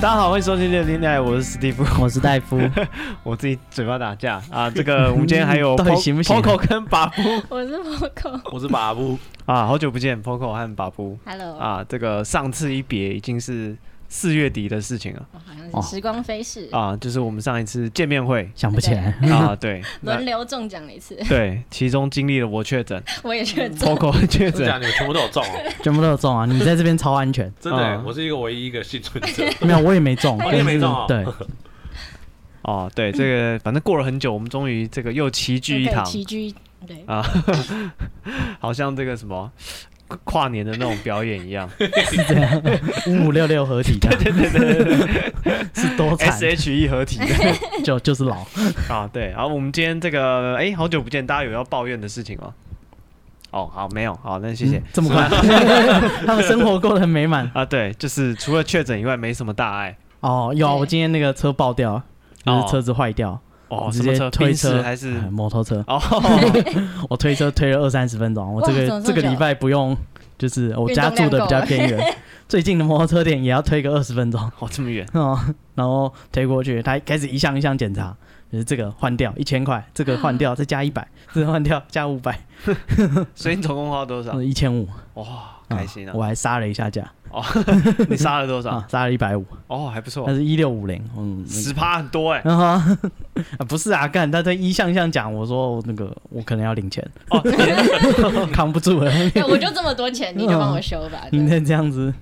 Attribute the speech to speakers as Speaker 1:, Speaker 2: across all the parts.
Speaker 1: 大家好，欢迎收听《六零奶》，我是史蒂夫，
Speaker 2: 我是 戴夫，
Speaker 1: 我自己嘴巴打架啊！这个我们今天还 有
Speaker 2: 到底行不行
Speaker 1: Poco 跟巴布
Speaker 3: 我是 Poco。
Speaker 4: 我是把布，
Speaker 1: 啊，好久不见，Poco 和巴布
Speaker 3: Hello，、
Speaker 1: 啊，这个上次一别已经是四月底的事情了
Speaker 3: 我好像
Speaker 2: 哦
Speaker 3: 是时光飞逝，
Speaker 1: 啊，就是我们上一次见面会
Speaker 2: 想不起来。
Speaker 3: 嗯
Speaker 1: 啊，对，
Speaker 3: 轮
Speaker 1: 那嗯
Speaker 3: 流中奖了一次，
Speaker 1: 对，其中经历了我确诊
Speaker 3: 我也觉得中。
Speaker 1: ，Poco 确
Speaker 4: 真的假
Speaker 1: 诊，
Speaker 4: 的？你们全部都有中 哦，
Speaker 2: 全部都有中啊！你在这边超 安全，
Speaker 4: 真的欸
Speaker 1: 嗯，
Speaker 4: 我是一个唯一一个幸存者。
Speaker 2: 没有我也没中，
Speaker 4: 哦你也没中哦
Speaker 2: 但是
Speaker 1: 哦，对，这个反正过了很久，我们终于这个又齐聚一堂，
Speaker 3: 齐聚，对，
Speaker 1: 啊， 好像这个什么跨年的那种表演一样
Speaker 2: 对五五六六合体的，对对对对，是多惨
Speaker 1: ，S，H E 合体 的。
Speaker 2: 就就是老。
Speaker 1: 啊，对，然后我们今天这个，哎，好久不见，大家有要抱怨的事情吗？哦，好，没有，好，那谢谢。
Speaker 2: 嗯这么快， 他们生活过得很美满
Speaker 1: 啊，对，就是除了确诊以外，没什么大碍。
Speaker 2: 哦。有啊，
Speaker 3: 对
Speaker 2: 我今天那个车爆掉了，就
Speaker 1: 哦
Speaker 2: 是车子坏掉，
Speaker 1: 哦，
Speaker 2: 我
Speaker 1: 什
Speaker 2: 直
Speaker 1: 么
Speaker 2: 接
Speaker 1: 车？
Speaker 2: 推
Speaker 1: 宾士
Speaker 2: 车
Speaker 1: 还是
Speaker 2: 哎？摩托车，
Speaker 1: 哦，
Speaker 2: 我推车推了二三十分钟，我
Speaker 3: 哇
Speaker 2: 这
Speaker 3: 怎么这
Speaker 2: 个
Speaker 3: 么
Speaker 2: 这个
Speaker 3: 久
Speaker 2: 礼拜不用，就是我
Speaker 3: 运动
Speaker 2: 家住
Speaker 3: 量
Speaker 2: 的
Speaker 3: 够
Speaker 2: 比较
Speaker 3: 了
Speaker 2: 偏远，最近的摩托车店也要推个二十分钟。
Speaker 1: 哦，这么远，
Speaker 2: 哦，然后推过去，他开始一项一项检查，就是这个换掉一千块，这个换 掉再加一百，这个换掉加五百，
Speaker 1: 所以你总共花多少？
Speaker 2: 一千五，
Speaker 1: 哇，啊开心啊！
Speaker 2: 我还杀了一下价，
Speaker 1: 你杀了多少
Speaker 2: 啊？，杀了一百五，
Speaker 1: 哦，还不错
Speaker 2: 那，是一六五零，嗯，那
Speaker 1: 十趴很多哎。
Speaker 2: 然后 啊不是啊，干他这一项一项讲，我说那个我可能要领钱，
Speaker 1: 哦，
Speaker 2: 扛不 住了，
Speaker 3: 哎我就这么多钱，你就帮我修吧。
Speaker 1: 嗯
Speaker 2: 你
Speaker 3: 对
Speaker 2: 再这样子，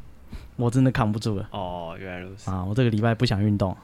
Speaker 2: 我真的扛不住了
Speaker 1: 哦，原来如此。
Speaker 2: 啊！我这个礼拜不想运动，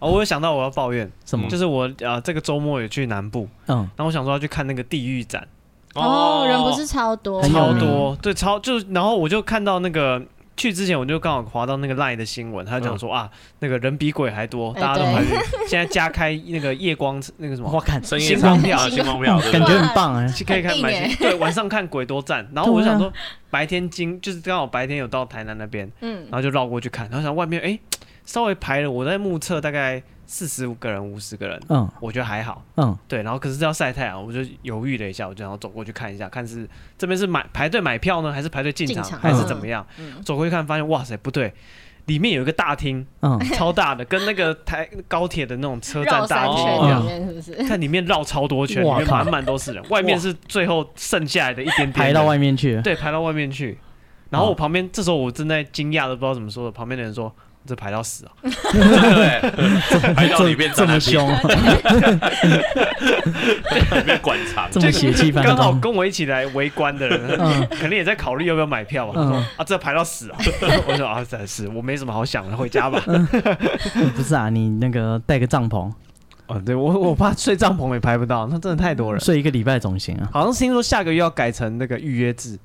Speaker 1: 哦，我有想到我要抱怨，
Speaker 2: 什么
Speaker 1: 就？是我呃这个周末有去南部，
Speaker 2: 嗯，
Speaker 1: 然后我想说要去看那个地狱展。
Speaker 3: 哦，人不是超多，
Speaker 2: 很有
Speaker 1: 超
Speaker 2: 名
Speaker 1: 多，对，超就是，然后我就看到那个去之前，我就刚好滑到那个赖的新闻，他讲说、啊，那个人比鬼还多，
Speaker 3: 哎
Speaker 1: 大家都
Speaker 3: 对
Speaker 1: 怀孕，现在加开那个夜光那 个什么，
Speaker 2: 我看
Speaker 4: 深夜
Speaker 1: 星
Speaker 4: 场
Speaker 1: 光
Speaker 4: 啊，
Speaker 1: 票
Speaker 4: 星光票，对
Speaker 2: 感
Speaker 4: 不
Speaker 2: 觉
Speaker 4: 对
Speaker 2: 很棒哎，
Speaker 1: 去可以看
Speaker 3: 定
Speaker 1: 蛮
Speaker 3: 耶
Speaker 1: 新，对，晚上看鬼多 赞，然后我就想
Speaker 2: 对
Speaker 1: 说，白天经就是刚好白天有到台南那边，
Speaker 3: 嗯
Speaker 1: 然，后就绕过去看，然后想外面哎、稍微排了，我在目测大概四十五个人五十个人，
Speaker 2: 嗯
Speaker 1: 我觉得还好。
Speaker 2: 嗯，
Speaker 1: 对，然后可是要晒太阳，我就犹豫了一下，我就想要走过去看一下，看是这边是买排队买票呢，还是排队进
Speaker 3: 进
Speaker 1: 场，
Speaker 3: 场
Speaker 1: 还是
Speaker 2: 嗯
Speaker 1: 怎么样？
Speaker 3: 嗯
Speaker 1: 走过去看，发现哇塞，不对，里面有一个大厅，
Speaker 2: 嗯，
Speaker 1: 超大的，跟那个台高铁的那种车站
Speaker 3: 绕
Speaker 1: 大
Speaker 3: 三
Speaker 1: 厅
Speaker 3: 圈
Speaker 1: 一
Speaker 3: 里
Speaker 1: 样。
Speaker 3: 面是不是？
Speaker 1: 看里面绕超多圈，里
Speaker 2: 哦哇
Speaker 1: 面
Speaker 2: 靠
Speaker 1: 满满都是人，外面
Speaker 2: 哇
Speaker 1: 是最后剩下来的一点点人，
Speaker 2: 排到外嗯面去了，
Speaker 1: 对，排到外面去。然后我旁边，这时候我正在惊讶的不知道怎么说的，旁边的人说：“这排到死啊
Speaker 4: 真的欸，拍到里面
Speaker 2: 这
Speaker 4: 展
Speaker 2: 么
Speaker 4: 览品，
Speaker 2: 凶。
Speaker 4: 里面馆藏，
Speaker 2: 这么血气！”方
Speaker 1: 刚
Speaker 2: 刚
Speaker 1: 好跟我一起来围观的人，
Speaker 2: 嗯
Speaker 1: 肯定也在考虑要不要买票吧。他说
Speaker 2: 嗯
Speaker 1: 啊，这排到死啊！ 我说啊，真是我没什么好想的，回家吧。
Speaker 2: 不是啊，你那个带个帐篷
Speaker 1: 哦，对我我怕睡帐篷也排不到，那真的太多人。
Speaker 3: 嗯
Speaker 2: 睡一个礼拜总行啊。
Speaker 1: 好像是听说下个月要改成那个预约制，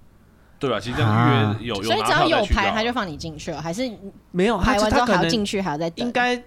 Speaker 4: 对啊吧？其实这样预约有，
Speaker 3: 所以
Speaker 4: 拿
Speaker 3: 只要
Speaker 4: 票再
Speaker 3: 有
Speaker 4: 去
Speaker 3: 排，
Speaker 4: 啊
Speaker 3: 他就放你进去了，还是
Speaker 1: 没有他
Speaker 3: 排完之
Speaker 1: 他
Speaker 3: 后还
Speaker 1: 可
Speaker 3: 要进
Speaker 1: 能
Speaker 3: 去，还要再等？
Speaker 1: 应该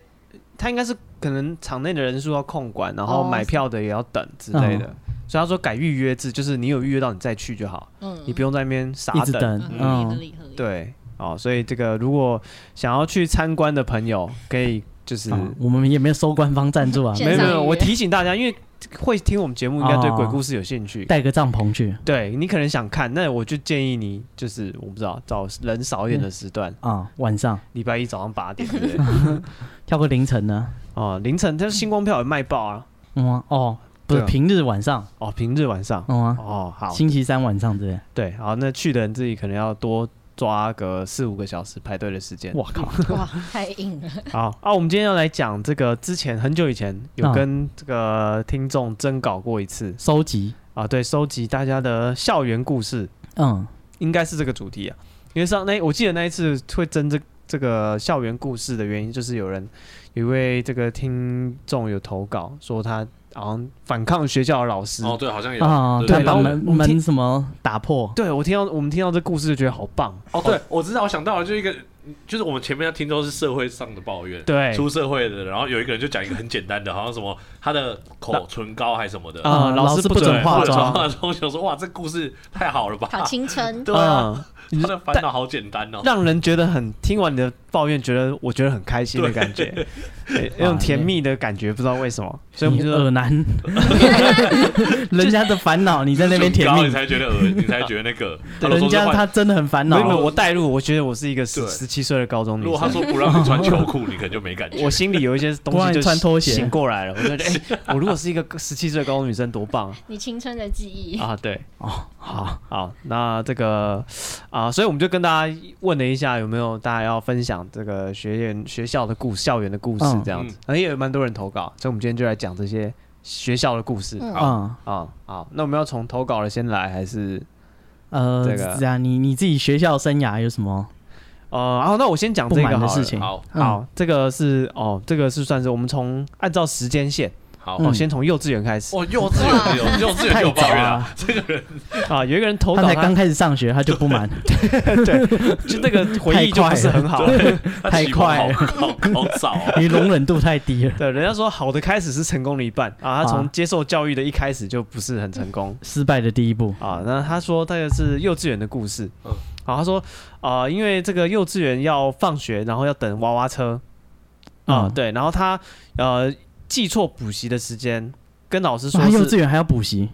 Speaker 1: 他应该是可能场内的人数要控管，然后
Speaker 3: 哦嗯
Speaker 1: 买票的也要等之类的。所以他说改预约制，就是你有预约到你再去就好，
Speaker 3: 嗯，
Speaker 1: 你不用在那边傻
Speaker 2: 一直
Speaker 1: 等。
Speaker 2: 等，
Speaker 3: 嗯，合理合
Speaker 2: 嗯，
Speaker 3: 理合理。
Speaker 1: 对，哦，所以这个如果想要去参观的朋友，可以就是
Speaker 2: 啊我们也没有收官方赞助啊，
Speaker 3: 线
Speaker 1: 没有没
Speaker 3: 上
Speaker 1: 有，
Speaker 3: 预约
Speaker 1: 我提醒大家，因为会听我们节目，应该对
Speaker 2: 哦
Speaker 1: 鬼故事有兴趣。
Speaker 2: 带个帐篷去
Speaker 1: 对你可能想看，那我就建议你，就是我不知道找人少一点
Speaker 3: 嗯
Speaker 1: 的时段，
Speaker 2: 啊，晚上
Speaker 1: 礼拜一早上八点，对不对？
Speaker 2: 跳个凌晨呢，
Speaker 1: 哦，凌晨，它星光票也卖爆啊！
Speaker 2: 嗯啊哦，不是
Speaker 1: 对啊
Speaker 2: 平日晚上，
Speaker 1: 哦，平日晚上，
Speaker 2: 嗯啊，
Speaker 1: 哦，好，
Speaker 2: 星期三晚上之类。
Speaker 1: 对，好，那去的人自己可能要多抓个四五个小时排队的时间。
Speaker 2: 我靠，
Speaker 3: 哇，太硬了，
Speaker 1: 好啊，我们今天要来讲这个，之前很久以前有跟这个听众征稿过一次
Speaker 2: 收集，
Speaker 1: 啊，对，收集大家的校园故事，
Speaker 2: 嗯，
Speaker 1: 应该是这个主题啊，因为上那我记得那一次会征这这个校园故事的原因，就是有人有一位这个听众有投稿说他好像反抗学校的老师。
Speaker 4: 哦，对，好像有
Speaker 2: 啊，
Speaker 1: 对
Speaker 2: 对，
Speaker 4: 对，
Speaker 2: 把
Speaker 1: 然后
Speaker 2: 门
Speaker 1: 我们
Speaker 2: 门
Speaker 1: 听
Speaker 2: 什么打破，
Speaker 1: 对我听到我们听到这故事就觉得好棒。
Speaker 4: 哦，对，我知道，我想到了，就一个，就是我们前面要听都是社会上的抱怨，
Speaker 1: 对
Speaker 4: 出社会的，然后有一个人就讲一个很简单的，好像什么他的口唇膏还是什么的，
Speaker 1: 啊老
Speaker 2: 老
Speaker 1: 师
Speaker 2: 师
Speaker 1: 不
Speaker 2: 不准
Speaker 1: 准
Speaker 2: 化
Speaker 4: 化妆
Speaker 2: 妆，
Speaker 4: 化妆，想说哇，这故事太好了吧，
Speaker 3: 好青 春。
Speaker 4: 对啊，
Speaker 1: 嗯
Speaker 4: 他的烦恼好简单哦，
Speaker 1: 让人觉得很听完你的抱怨，觉得我觉得很开心的感觉， 对那种甜蜜的感觉，不知道为什么。所以我
Speaker 2: 你
Speaker 1: 们就
Speaker 2: 耳男，人家的烦恼你在那边
Speaker 4: 唇
Speaker 2: 甜
Speaker 4: 膏你
Speaker 2: 蜜，
Speaker 4: 才觉得恶，你才觉得 那个，他
Speaker 2: 人
Speaker 4: 说
Speaker 2: 家
Speaker 4: 是换
Speaker 2: 他真的很烦
Speaker 1: 没有没有，
Speaker 2: 恼，
Speaker 1: 我带入，我觉得我是一个十
Speaker 4: 对
Speaker 1: 十七岁的高中
Speaker 4: 如
Speaker 1: 女
Speaker 4: 果他
Speaker 1: 生，
Speaker 4: 说不让你穿秋裤，你可能就没感觉
Speaker 1: 我。心里有一些东
Speaker 2: 不
Speaker 1: 西
Speaker 2: 然
Speaker 1: 就
Speaker 2: 你穿拖鞋
Speaker 1: 醒过来了，我就觉 得，哎、我如果是一个十七岁的高中女生，多棒啊！
Speaker 3: 你青春的记忆，
Speaker 1: 啊，对，
Speaker 2: 哦，好，
Speaker 1: 好，那这个啊，所以我们就跟大家问了一下，有没有大家要分享这个学院、学校的故、校园的故事
Speaker 2: 嗯
Speaker 1: 这样子，哎然后也有蛮多人投稿，所以我们今天就来讲这些学校的故事。
Speaker 3: 嗯
Speaker 2: 嗯。
Speaker 1: 啊、好，那我们要从投稿的先来，还是
Speaker 2: 呃，
Speaker 1: 这个
Speaker 2: 是啊，你你自己学校生涯有什么
Speaker 1: 呃，啊，那我先讲这
Speaker 2: 不
Speaker 1: 个
Speaker 2: 满
Speaker 1: 好
Speaker 2: 的
Speaker 1: 了
Speaker 2: 事。情？
Speaker 4: 好
Speaker 2: 嗯
Speaker 1: 好，这个是哦，这个是算是我们从按照时间线，
Speaker 4: 好，
Speaker 1: 哦，
Speaker 2: 嗯
Speaker 1: 先从幼稚园开始
Speaker 4: 哦，幼稚园有幼稚园就有抱怨啊，
Speaker 1: 啊。有一个人投
Speaker 2: 他
Speaker 1: 稿
Speaker 2: 才刚开始上学，他就不满，
Speaker 1: 就那 个回忆就不是很好。
Speaker 4: 他
Speaker 2: 太
Speaker 4: 起跑
Speaker 2: 快了
Speaker 4: 好好早啊，
Speaker 2: 你容忍度太低了，
Speaker 1: 对，人家说好的开始是成功的一半啊，他从
Speaker 2: 啊
Speaker 1: 接受教育的一开始就不是很成功
Speaker 2: 失败的第一步。
Speaker 1: 啊。那他说这个是幼稚园的故事
Speaker 4: 嗯，
Speaker 1: 好，他说啊、因为这个幼稚园要放学，然后要等娃娃车啊，
Speaker 2: 嗯
Speaker 1: 对，然后他呃记错补习的时间，跟老师说
Speaker 2: 哇，幼稚
Speaker 1: 是
Speaker 2: 园还要补习，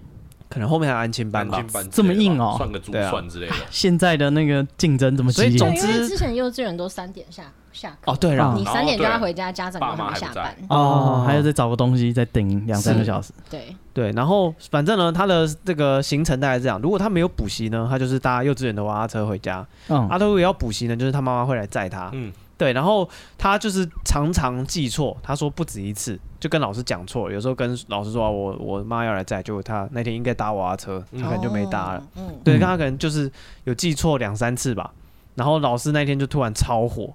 Speaker 1: 可能后面还有安亲班
Speaker 4: 班
Speaker 1: 吧
Speaker 4: 金，班
Speaker 2: 这么硬哦
Speaker 4: 算个珠
Speaker 1: 对啊
Speaker 4: 算之类的。
Speaker 2: 现在的那个竞争这么激烈，
Speaker 1: 所以
Speaker 3: 对，
Speaker 1: 总
Speaker 3: 因
Speaker 1: 之
Speaker 3: 为之前幼稚园都三点下下课，
Speaker 1: 哦，对了
Speaker 2: 啊
Speaker 3: 你三点就要回家，家长都还没下班，
Speaker 2: 哦
Speaker 1: 哦，
Speaker 2: 还要再找个东西再顶两三个小时。
Speaker 3: 对，
Speaker 1: 对，然后反正呢，他的这个行程大概是这样：如果他没有补习呢，他就是搭幼稚园的娃娃车回家；
Speaker 2: 嗯
Speaker 1: 啊，如果要补习呢，就是他妈妈会来载他。
Speaker 4: 嗯，
Speaker 1: 对，然后他就是常常记错，他说不止一次，就跟老师讲错，有时候跟老师说、啊、我我妈要来载，结果他那天应该搭娃娃车，他可能就没搭了。
Speaker 3: 哦。嗯，
Speaker 1: 对，
Speaker 2: 嗯
Speaker 1: 他可能就是有记错两三次吧。然后老师那天就突然超火，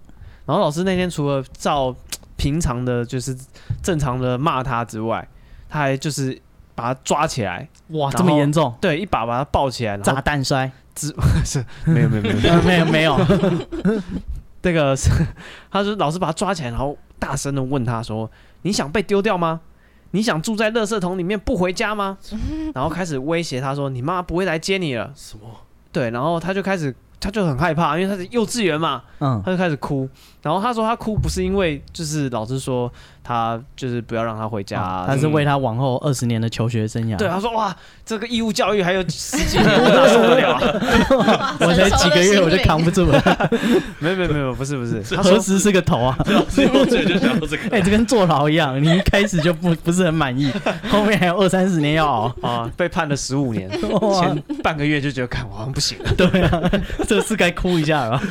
Speaker 1: 然后老师那天除了照平常的，就是正常的骂他之外，他还就是把他抓起来，
Speaker 2: 哇，
Speaker 1: 然后
Speaker 2: 这么严重，
Speaker 1: 对，一把把他抱起来，然后
Speaker 2: 炸弹摔？
Speaker 1: 没有没有没有，
Speaker 2: 呃没有没有，
Speaker 1: 这个是他说老师把他抓起来，然后大声的问他说：“你想被丢掉吗？你想住在垃圾桶里面不回家吗？”然后开始威胁他说：“你妈不会来接你了。
Speaker 4: 什么？”
Speaker 1: 对，然后他就开始他就很害怕，因为他是幼稚园嘛，
Speaker 2: 嗯，
Speaker 1: 他就开始哭。然后他说他哭不是因为就是老师说他就是不要让他回家啊、
Speaker 2: 啊他是
Speaker 1: 嗯
Speaker 2: 为他往后二十年的求学生涯，
Speaker 1: 对，啊 他说哇，这个义务教育还有十 几年，我哪受得了啊？
Speaker 2: 我才几个月我就扛不住了，
Speaker 1: 没有没有没有，不是不 是，他
Speaker 2: 何
Speaker 1: 说
Speaker 2: 时是个 头啊？
Speaker 4: 老师幼稚园就想到这
Speaker 2: 哎，
Speaker 4: 个，
Speaker 2: 这跟坐牢一样，你一开始就不不是很满意，后面还有二三十年要熬。
Speaker 1: 啊、被判了十五年，
Speaker 2: 哇，
Speaker 1: 前半个月就觉得看我好像不行了。
Speaker 2: 对啊，这是该哭一下了吧。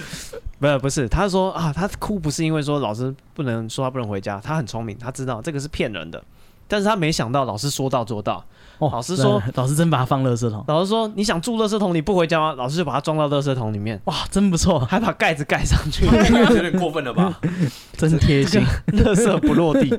Speaker 1: 不是不是，他说啊，他哭不是因为说老师不能说他不能回家，他很聪明，他知道这个是骗人的，但是他没想到老师说到做到。
Speaker 2: 哦
Speaker 1: 老师说，
Speaker 2: 老师真把他放垃圾桶，
Speaker 1: 老师说你想住垃圾桶你不回家吗？老师就把他装到垃圾桶里面，
Speaker 2: 哇，真不错，
Speaker 1: 还把盖子盖上去，
Speaker 4: 有点过分了吧？
Speaker 2: 真贴心。
Speaker 1: 垃圾不落 地。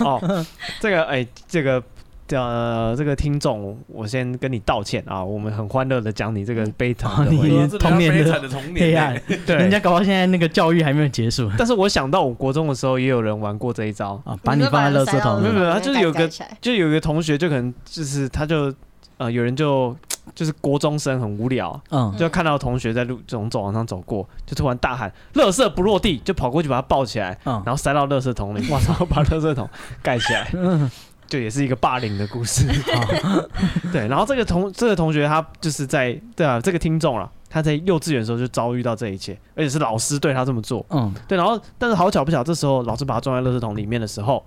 Speaker 1: 哦，这个哎、这个。呃，这个听众，我先跟你道歉啊，我们很欢乐的讲嗯你这个悲惨的
Speaker 2: 哦
Speaker 1: 回忆，
Speaker 2: 你童年的
Speaker 4: 悲惨的童
Speaker 2: 黑
Speaker 4: 年欸
Speaker 2: 暗
Speaker 4: 呢，，
Speaker 1: 对，
Speaker 2: 人家搞到现在那个教育还没有结束
Speaker 1: 但是我想到，我国中的时候也有人玩过这一招，
Speaker 2: 啊，把你放在垃圾桶
Speaker 1: 没
Speaker 2: 里
Speaker 1: 有，没有他就是有个
Speaker 3: 盖起来
Speaker 1: 就有一个同学，就可能就是他就呃，有人就就是国中生很无聊，
Speaker 2: 嗯，
Speaker 1: 就看到同学在路从走廊上走过，就突然大喊“垃圾不落地”，就跑过去把他抱起来，
Speaker 2: 嗯
Speaker 1: 然后塞到垃圾桶里， 哇，然后把垃圾桶盖起 来，就也是一个霸凌的故事。 对，然后这个同这个同学他就是在对啊，这个听众了，他在幼稚园的时候就遭遇到这一切，而且是老师对他这么做。
Speaker 2: 嗯，
Speaker 1: 对，然后但是好巧不巧，这时候老师把他装在垃圾桶里面的时候，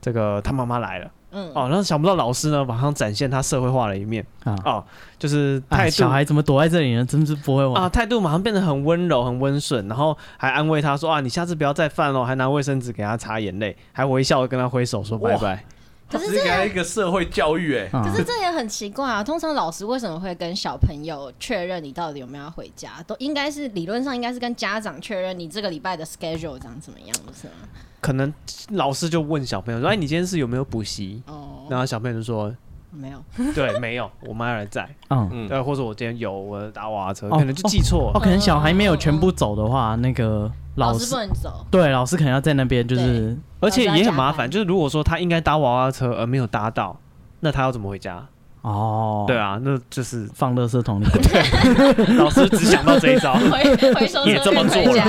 Speaker 1: 这个他妈妈来了。
Speaker 3: 嗯，
Speaker 1: 哦，然后想不到老师呢，马上展现他社会化的一面
Speaker 2: 啊
Speaker 1: 哦，就是态
Speaker 2: 哎，
Speaker 1: 度
Speaker 2: 小孩怎么躲在这里呢？真是不会
Speaker 1: 啊，
Speaker 2: 玩。
Speaker 1: 态度马上变得很温柔、很温顺，然后还安慰哦他说啊，你下次不要再犯了，还拿卫生纸给他擦眼泪，还微笑地跟他挥手说拜拜。
Speaker 4: 他只是给他一个社会教育，哎，
Speaker 2: 啊
Speaker 5: 可是这也很奇怪啊！通常老师为什么会跟小朋友确认你到底有没有要回家？都应该是理论上应该是跟家长确认你这个礼拜的 schedule 长怎么样，不是吗？
Speaker 1: 可能老师就问小朋友说：“哎，你今天是有没有补习？”
Speaker 5: 哦，
Speaker 1: 然后小朋友就说
Speaker 5: 没有，：“
Speaker 1: 对，没有，我妈人在。
Speaker 2: 嗯，
Speaker 4: 嗯，
Speaker 1: 对，或者我今天有我打娃娃车，
Speaker 2: 哦
Speaker 1: 可能就记错
Speaker 2: 哦，
Speaker 1: 了。
Speaker 2: 可能小孩没有全部走的话，那个老
Speaker 5: 老师
Speaker 2: 师
Speaker 5: 不能走，
Speaker 2: 对老师可能要在那边就是
Speaker 1: 而且也很麻
Speaker 5: 老师要加
Speaker 1: 烦。
Speaker 5: 班
Speaker 1: 就是如果说他应该搭娃娃车而没有搭到，那他要怎么回家？
Speaker 2: 哦，
Speaker 1: 对，啊，那就是
Speaker 2: 放垃圾桶里。
Speaker 1: 老师只想到这一招
Speaker 5: 回回收车
Speaker 1: 也这么
Speaker 5: 运
Speaker 1: 做
Speaker 5: 回家。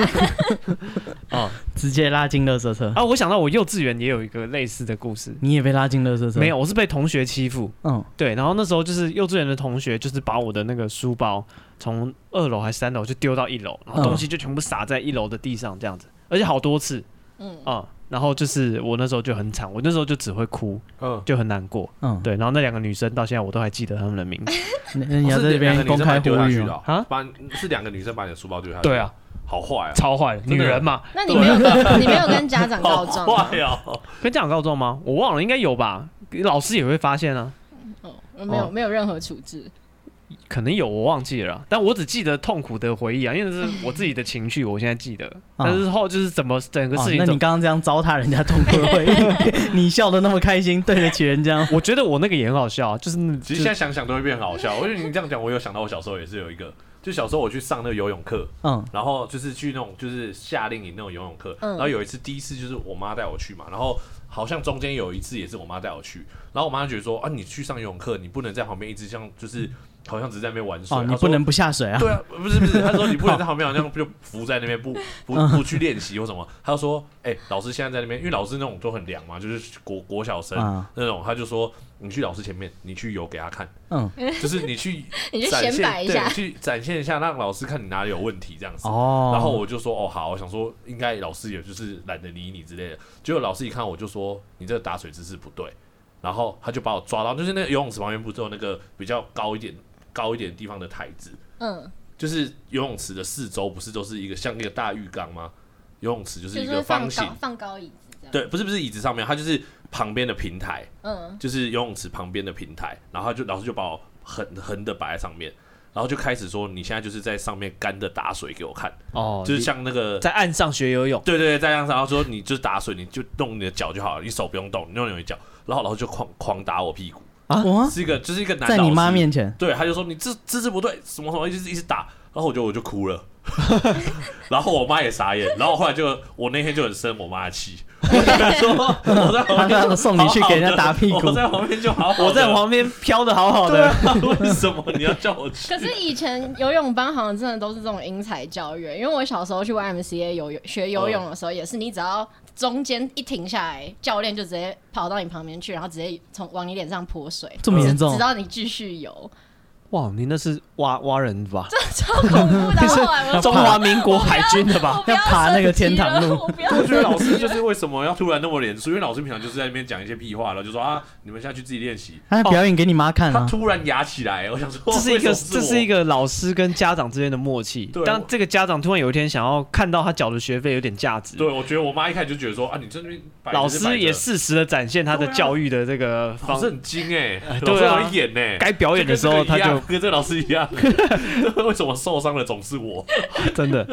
Speaker 1: 哦
Speaker 2: 直接拉进垃圾车。
Speaker 1: 啊！我想到我幼稚园也有一个类似的故事，
Speaker 2: 你也被拉进垃圾车？
Speaker 1: 没，有，我是被同学欺负。
Speaker 2: 嗯，
Speaker 1: 对，然后那时候就是幼稚园的同学，就是把我的那个书包从二楼还是三楼就丢到一楼，然后
Speaker 2: 嗯
Speaker 1: 东西就全部撒在一楼的地上这样子，而且好多次
Speaker 5: 嗯，
Speaker 1: 啊、然后就是我那时候就很惨，我那时候就只会哭，
Speaker 4: 嗯，
Speaker 1: 就很难过。
Speaker 2: 嗯，
Speaker 1: 对，然后那两个女生到现在我都还记得她们的名字。
Speaker 2: 那那你要在这边公开呼
Speaker 4: 丢下去
Speaker 2: 吁
Speaker 4: 的
Speaker 2: 哦
Speaker 4: 哦
Speaker 1: 啊，
Speaker 4: 把是两个女生把你的书包丢下 去，
Speaker 1: 对啊，，
Speaker 4: 好坏啊，
Speaker 1: 超坏的，女
Speaker 4: 真的
Speaker 1: 人嘛。
Speaker 5: 那你没有你没有跟家长告
Speaker 4: 好
Speaker 5: 状吗？
Speaker 4: 坏哦，
Speaker 1: 跟家长告状吗？我忘了，应该有吧。老师也会发现啊，
Speaker 5: 哦，没有没有任何处置。
Speaker 1: 可能有，我忘记了啊。但我只记得痛苦的回忆啊，因为 这是我自己的情绪，我现在记得。但是后就是怎么整个
Speaker 2: 哦
Speaker 1: 事情
Speaker 2: 那
Speaker 1: 怎
Speaker 2: 你
Speaker 1: 么，
Speaker 2: 刚刚这样糟蹋人家痛苦的回 忆，你笑的那么开心，对得起人家。
Speaker 1: 我觉得我那个也很好笑啊，就是那
Speaker 4: 其实现在想想都会变很好笑。我觉得你这样讲，我有想到我小时候也是有一个，就小时候我去上那个游泳课，
Speaker 2: 嗯
Speaker 4: 然后就是去那种就是夏令营那种游泳课，
Speaker 5: 嗯
Speaker 4: 然后有一次第一次就是我妈带我去嘛，然后好像中间有一次也是我妈带我去，然后我妈就觉得说啊，你去上游泳课，你不能在旁边一直像就是好像只是在那边玩水，
Speaker 2: 哦，
Speaker 4: 她
Speaker 2: 你不
Speaker 4: 说
Speaker 2: 能不下水啊。
Speaker 4: 对啊，不是不是，她说你 不能在旁边好像就浮在那边不不不去练习或 什么，她说哎、老师现在在那边，因为老师那种都很凉嘛，就是国国小生、
Speaker 2: 嗯
Speaker 4: 那种，她就说你去老师前面，你去游给他看，
Speaker 2: 嗯，
Speaker 4: 就是你去
Speaker 5: 你就
Speaker 4: 展现
Speaker 5: 显摆一下
Speaker 4: 对去展现一下，让老师看你哪里有问题这样子。
Speaker 2: 哦，
Speaker 4: 然后我就说哦好，我想说应该老师也就是懒得理你之类的。结果老师一看我就说你这个打水姿势不对，然后他就把我抓到就是那个游泳池旁边不是有那个比较高一点高一点地方的台子，
Speaker 5: 嗯，
Speaker 4: 就是游泳池的四周不是都是一个像一个大浴缸吗？游泳池就是
Speaker 5: 就
Speaker 4: 一
Speaker 5: 是
Speaker 4: 个
Speaker 5: 会放
Speaker 4: 方形
Speaker 5: 高，放高椅子这样。
Speaker 4: 对，不是不是椅子上面，它就是旁边的平台，
Speaker 5: 嗯，
Speaker 4: 就是游泳池旁边的平台，然后他就老师就把我横横的摆在上面，然后就开始说你现在就是在上面干的打水给我看，
Speaker 1: 哦，
Speaker 4: 就是像那个
Speaker 1: 你在岸上学游泳，
Speaker 4: 对对对，在这样子，然后说你就是打水，你就动你的脚就好了，你手不用动，你用你的脚，然后老师就狂狂打我屁股，
Speaker 2: 我
Speaker 4: 是一个就是一个男
Speaker 2: 啊在
Speaker 4: 老
Speaker 2: 你
Speaker 4: 师
Speaker 2: 妈，面 前，
Speaker 4: 对，他就说你这姿势不对，什么什么，一直一直打，然后我就我就哭了， 然后我妈也傻眼，然后后来就我那天就很生我妈的气，我就跟她说我在旁
Speaker 2: 他
Speaker 4: 边
Speaker 2: 刚刚送你去给人家打屁股
Speaker 4: 我，在旁边就好好的，
Speaker 1: 我在旁边飘的好好的，
Speaker 4: 为什么你要叫我去？
Speaker 5: 可是以前游泳班好像真的都是这种英才教育，因为我小时候去 YMCA 游泳学游泳的时候，也是你只要中间一停下来，教练就直接跑到你旁边去，然后直接从往你脸上泼水，
Speaker 2: 这么严重
Speaker 5: 直？到你继续游，
Speaker 1: 哇，你那是挖挖人吧？
Speaker 5: 超恐怖的。后来我
Speaker 1: 中华民国海军的吧？
Speaker 5: 我不要
Speaker 2: 要爬那个天堂路
Speaker 5: 升级了我不要
Speaker 4: 我觉得老师就是为什么要突然那么严肃？因为老师平常就是在那边讲一些屁话，然后就说啊，你们下去自己练习。
Speaker 2: 他表演给你妈看
Speaker 4: 哦他
Speaker 2: 啊！
Speaker 4: 突然压起来，我想说，
Speaker 1: 这是一个
Speaker 4: 为什
Speaker 1: 这
Speaker 4: 么
Speaker 1: 是一
Speaker 4: 个
Speaker 1: 个老师跟家长之间的默契
Speaker 4: 对。
Speaker 1: 当
Speaker 4: 我
Speaker 1: 这个家长突然有一天想要看到他缴的学费有点价值，
Speaker 4: 对，我觉得我妈一开始就觉得说啊，你这边摆着
Speaker 1: 老
Speaker 4: 是摆着
Speaker 1: 师也适时的展现他的
Speaker 4: 对啊
Speaker 1: 教育的这个方
Speaker 4: 老师很精哎，老师
Speaker 1: 对啊
Speaker 4: 很会演哎，
Speaker 1: 该表演的时候，他
Speaker 4: 跟这个一
Speaker 1: 就
Speaker 4: 样跟这个老师一 样，为什么受伤的总是我？
Speaker 1: 真的。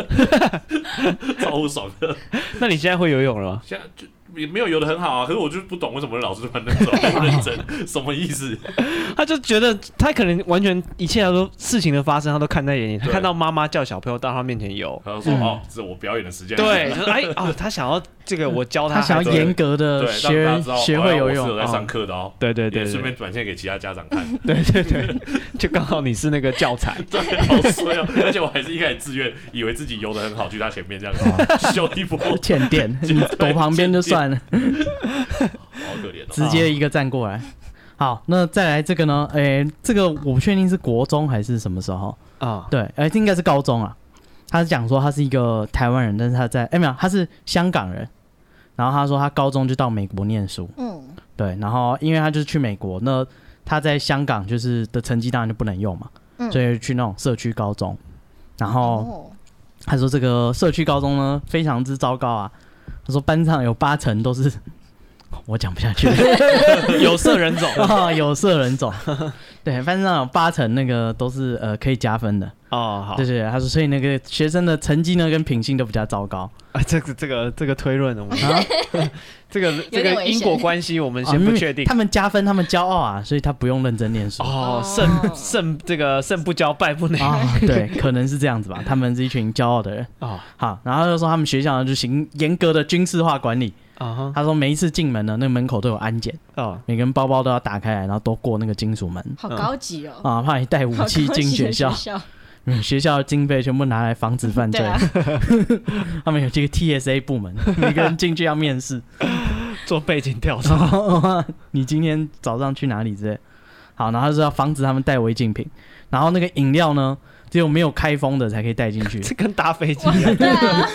Speaker 4: 超不爽的，
Speaker 1: 那你现在会游泳了吗？
Speaker 4: 现在就。也没有游的很好啊，可是我就不懂为什么老师突然那么认真，什么意思？
Speaker 1: 他就觉得他可能完全一切他都事情的发生，他都看在眼里。他
Speaker 4: 对
Speaker 1: 看到妈妈叫小朋友到他面前游，
Speaker 4: 然后说
Speaker 2: 嗯
Speaker 4: 哦，这是我表演的时间，
Speaker 1: 对， 就是哎哦，他想要这个，我教
Speaker 2: 他
Speaker 1: 孩
Speaker 2: 想
Speaker 1: 子
Speaker 2: 要严格的
Speaker 4: 对，
Speaker 2: 呃学
Speaker 4: 让大家知道
Speaker 2: 学会游
Speaker 4: 哦我是有
Speaker 2: 泳
Speaker 4: 在
Speaker 2: 啊
Speaker 4: 上！课的哦，
Speaker 1: 对对对
Speaker 4: 也顺
Speaker 1: 对
Speaker 4: 便展现给其他家长看，
Speaker 1: 对对对， 就刚好你是那个教材。
Speaker 4: 对，好衰哦！而且我还是一开始自愿，以为自己游的很好，去他前面这样子秀 一波，好
Speaker 2: 欠电， 你哦嗯躲旁边就算
Speaker 4: 啊
Speaker 2: 了。
Speaker 4: 可怜哦。
Speaker 2: 直接一个站过来。好，那再来这个呢？诶、这个我不确定是国中还是什么时候。
Speaker 1: 啊、
Speaker 2: 对，诶、这应该是高中啊。他是讲说他是一个台湾人，但是他在诶、哎没有，他是香港人。然后他说他高中就到美国念书，
Speaker 5: 嗯，
Speaker 2: 对，然后因为他就是去美国，那他在香港就是的成绩当然就不能用嘛，
Speaker 5: 嗯
Speaker 2: 所以去那种社区高中。然后
Speaker 5: 哦，
Speaker 2: 他说这个社区高中呢非常之糟糕啊，他说班上有八成都是 我讲不下去了。
Speaker 1: 有色人种
Speaker 2: 啊、有色人种， 对，反正那种八成那个都是呃可以加分的，
Speaker 1: 哦，好
Speaker 2: 对，对对，他说，所以那个学生的成绩呢跟品性都比较糟糕，
Speaker 1: 啊，这个这个这个推论，我们 这个这
Speaker 5: 点
Speaker 1: 个
Speaker 5: 危险
Speaker 1: 因果关系，我们
Speaker 2: 啊
Speaker 1: 先
Speaker 2: 因
Speaker 1: 不
Speaker 2: 为
Speaker 1: 确定
Speaker 2: 他。们加分，他们骄傲啊，所以他不用认真念书 啊、
Speaker 1: 哦啊
Speaker 5: 哦，
Speaker 1: 胜胜这个胜不骄，败不馁
Speaker 2: 哦对，可能是这样子吧，他们是一群骄傲的人。
Speaker 1: 哦
Speaker 2: 好，然后他就说他们学校呢就行严格的军事化管理，
Speaker 1: 啊哈
Speaker 2: 他说每一次进门呢，那个门口都有安检，
Speaker 1: 哦，
Speaker 2: 每个人包包都要打开来，然后都过那个金属门
Speaker 5: 好高级哦，
Speaker 2: 啊，怕你带武
Speaker 5: 好高级
Speaker 2: 器
Speaker 5: 的
Speaker 2: 进学校。
Speaker 1: 啊
Speaker 2: 嗯，学校的经费全部拿来防止犯罪。
Speaker 5: 对啊
Speaker 2: 他们有这个 TSA 部门，每个人进去要面试。
Speaker 1: 做背景调查
Speaker 2: 然后 你今天早上去哪里之类。好，然后他说要防止他们带违禁品，然后那个饮料呢，只有没有开封的才可以带进
Speaker 1: ，
Speaker 2: 去
Speaker 1: 这跟搭飞机一样，
Speaker 5: 对啊，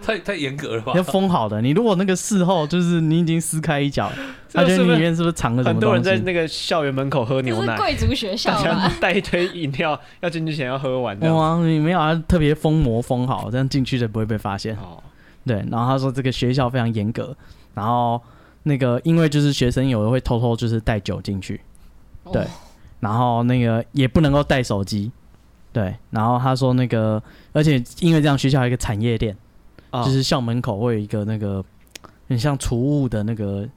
Speaker 4: 太太严格了吧
Speaker 2: 要？封好的。你如果那个事后就是你已经撕开一角，他
Speaker 1: 这个
Speaker 2: 觉得
Speaker 1: 是
Speaker 2: 里
Speaker 1: 不是
Speaker 2: 面是不是藏了什
Speaker 1: 很
Speaker 2: 么
Speaker 1: 多人
Speaker 2: 东
Speaker 1: 在
Speaker 2: 西？
Speaker 1: 那个校园门口喝
Speaker 5: 这
Speaker 1: 牛
Speaker 5: 是
Speaker 1: 奶，
Speaker 5: 贵族啊学校
Speaker 1: 大家
Speaker 5: 吧？
Speaker 1: 带一堆饮料要进去前要喝完这样子。
Speaker 2: 哇，你没有啊，特别封膜封好，这样进去就不会被发现。
Speaker 1: 哦，
Speaker 2: 对，然后他说这个学校非常严格，然后那个因为就是学生有的会偷偷就是带酒进去，对
Speaker 5: 哦
Speaker 2: 然后那个也不能够带手机，对，然后他说那个，而且因为这样学校还有一个产业链，
Speaker 1: 哦
Speaker 2: 就是校门口会有一个那个很像储物的那个，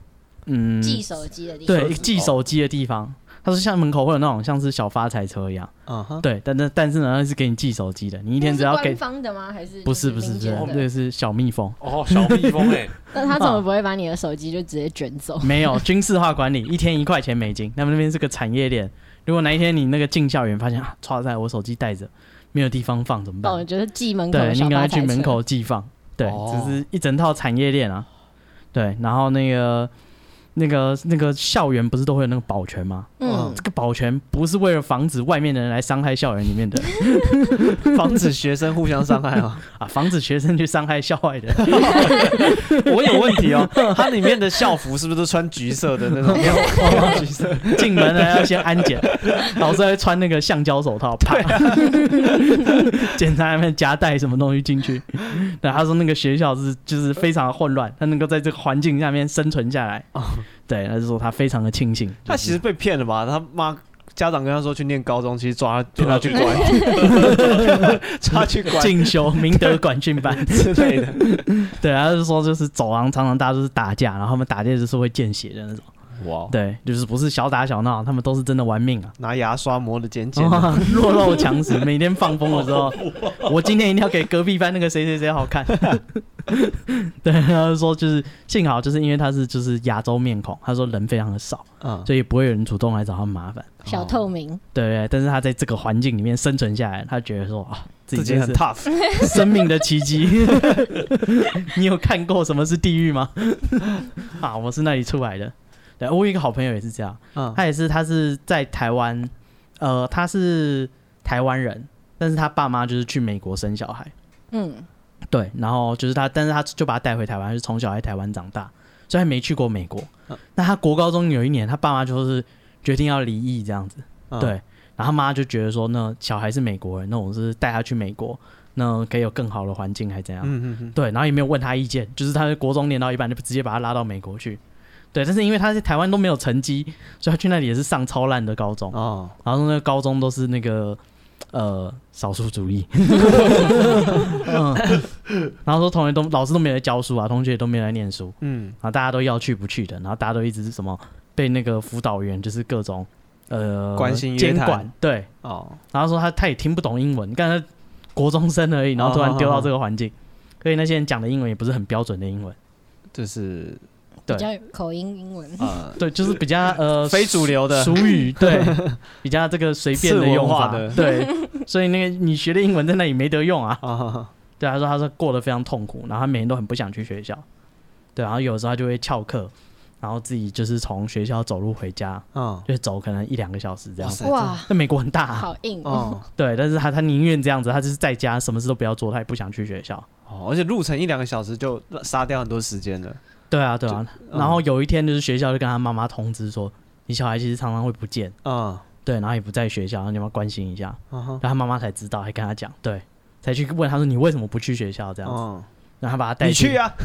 Speaker 2: 嗯，
Speaker 5: 寄手机的地方，
Speaker 2: 对，寄手机的地方。他说校门口会有那种像是小发财车一样，
Speaker 1: 啊哈，
Speaker 2: 对，但但但是呢，那是给你寄手机的，你一天只要
Speaker 5: 那是
Speaker 2: 给
Speaker 5: 官，方的吗？还是
Speaker 2: 不是
Speaker 5: 就
Speaker 2: 不是
Speaker 5: 民
Speaker 2: 不是
Speaker 5: 间，
Speaker 2: 这
Speaker 5: 的？
Speaker 2: 个是小蜜蜂。
Speaker 4: 哦，小蜜蜂 哎，
Speaker 5: 那他怎么不会把你的手机就直接卷 走？
Speaker 2: 没 有军事化管理，一天一块钱美金。他们那边是个产业链，如果哪一天你那个进校园发现啊，操在我手机带着，没有地方放
Speaker 1: 嗯
Speaker 2: 怎么
Speaker 5: 哦，
Speaker 2: 办？
Speaker 5: 就是寄门口
Speaker 2: 对，
Speaker 5: 的
Speaker 2: 你
Speaker 5: 小
Speaker 2: 应该
Speaker 5: 发财
Speaker 2: 去
Speaker 5: 车
Speaker 2: 门口寄放。对，
Speaker 1: 哦
Speaker 2: 只是一整套产业链啊。对，然后那个、那个、那个校园不是都会有那个保全吗？
Speaker 1: 哦
Speaker 5: 嗯
Speaker 2: 这，个保全不是为了防止外面的人来伤害校园里面的 人
Speaker 1: 防止学生互相伤害啊！
Speaker 2: 啊，防止学生去伤害校外的人。
Speaker 1: 我有问题 哦，它里面的校服是不是都穿橘色的那 种？没有，没有橘色，
Speaker 2: 进门呢要先安检，老师会穿那个橡胶手套，啪，检查里面夹带什么东西进去。对，他说那个学校是就是非常混乱，他能够在这个环境下面生存下来。
Speaker 1: 哦
Speaker 2: 对，他就说他非常的庆幸。
Speaker 1: 他其实被骗了吧？他妈家长跟他说去念高中，其实抓他抓他去 关，抓他去
Speaker 2: 就是
Speaker 1: 关，
Speaker 2: 进修明德管训班
Speaker 1: 之类的。
Speaker 2: 对，他就说就是走廊常常大家都是打架，然后他们打架就是会见血的那种，
Speaker 1: 哇，
Speaker 2: 对，就是不是小打小闹，他们都是真的玩命啊。
Speaker 1: 拿牙刷磨的尖尖的，
Speaker 2: 哇，弱肉 强食，每天放风的时候，我今天一定要给隔壁班那个谁谁谁好 看。对，他就说就是幸好就是因为他是就是亚洲面孔，他说人非常的少，
Speaker 1: 嗯，
Speaker 2: 所以不会有人主动来找他麻烦。
Speaker 5: 小透明，
Speaker 2: 对对，但是他在这个环境里面生存下来，他觉得说啊，
Speaker 1: 自
Speaker 2: 自己
Speaker 1: 己
Speaker 2: 真
Speaker 1: 很
Speaker 2: 是
Speaker 1: tough，
Speaker 2: 生命的奇迹。 你有看过什么是地狱吗？ 啊，我是那里出来的。对，我有一个好朋友也是这样，
Speaker 1: 嗯，
Speaker 2: 他也是，他是在台湾，呃，他是台湾人，但是他爸妈就是去美国生小孩，
Speaker 5: 嗯，
Speaker 2: 对，然后就是他，但是他就把他带回台湾，就是从小在台湾长大，所以他没去过美国
Speaker 1: 嗯。
Speaker 2: 那他国高中有一年，他爸妈就是决定要离异这样子，
Speaker 1: 嗯
Speaker 2: 对，然后他妈就觉得说，那小孩是美国人，那我是带他去美国，那可以有更好的环境，还怎样？
Speaker 1: 嗯嗯嗯，
Speaker 2: 对，然后也没有问他意见，就是他国中念到一半就直接把他拉到美国去。对，但是因为他在台湾都没有成绩，所以他去那里也是上超烂的高中，
Speaker 1: 哦，
Speaker 2: 然后那个高中都是那个呃少数 主义，嗯，然后说同学都老师都没来教书啊，同学也都没来念书，
Speaker 1: 嗯，
Speaker 2: 然后大家都要去不去的，然后大家都一直是什么被那个辅导员就是各种呃
Speaker 1: 关心约
Speaker 2: 监
Speaker 1: 谈
Speaker 2: 管，对，
Speaker 1: 哦，
Speaker 2: 然后说他他也听不懂英文，刚才国中生而已，然后突然丢到这个环
Speaker 1: 哦
Speaker 2: 境，所以那些人讲的英文也不是很标准的英文，
Speaker 1: 就是
Speaker 5: 比
Speaker 2: 对
Speaker 1: 哦
Speaker 5: 较有口音英文，
Speaker 1: 呃，
Speaker 2: 对，就是比较呃
Speaker 1: 非主流的
Speaker 2: 俗语，对， 比较这个随便的用法，
Speaker 1: 次文化的
Speaker 2: 对，所以那个你学的英文在那里没得用啊。
Speaker 1: 啊，
Speaker 2: 对，他说他说过得非常痛苦，然后他每天都很不想去学校，对，然后有时候他就会翘课，然后自己就是从学校走路回家，
Speaker 1: 嗯，
Speaker 2: 就走可能一两个小时这样。
Speaker 1: 塞
Speaker 5: 哇，
Speaker 2: 那美国很大、啊，
Speaker 5: 好硬哦，
Speaker 1: 哦，
Speaker 2: 对，但是他他宁愿这样子，他就是在家什么事都不要做，他也不想去学校。
Speaker 1: 哦，而且路程一两个小时就杀掉很多时间了。
Speaker 2: 对啊，对啊。
Speaker 1: 嗯
Speaker 2: 然后有一天就是学校就跟他妈妈通知说，你小孩其实常常会不见，
Speaker 1: 嗯，
Speaker 2: 对，然后也不在学校，然后你要不要关心一下？
Speaker 1: 嗯哼
Speaker 2: 然后他妈妈才知道，还跟他讲，对，才去问他说你为什么不去学校这样子。
Speaker 1: 嗯，
Speaker 2: 然后他把他带
Speaker 1: 你去
Speaker 2: 啊，
Speaker 1: 啊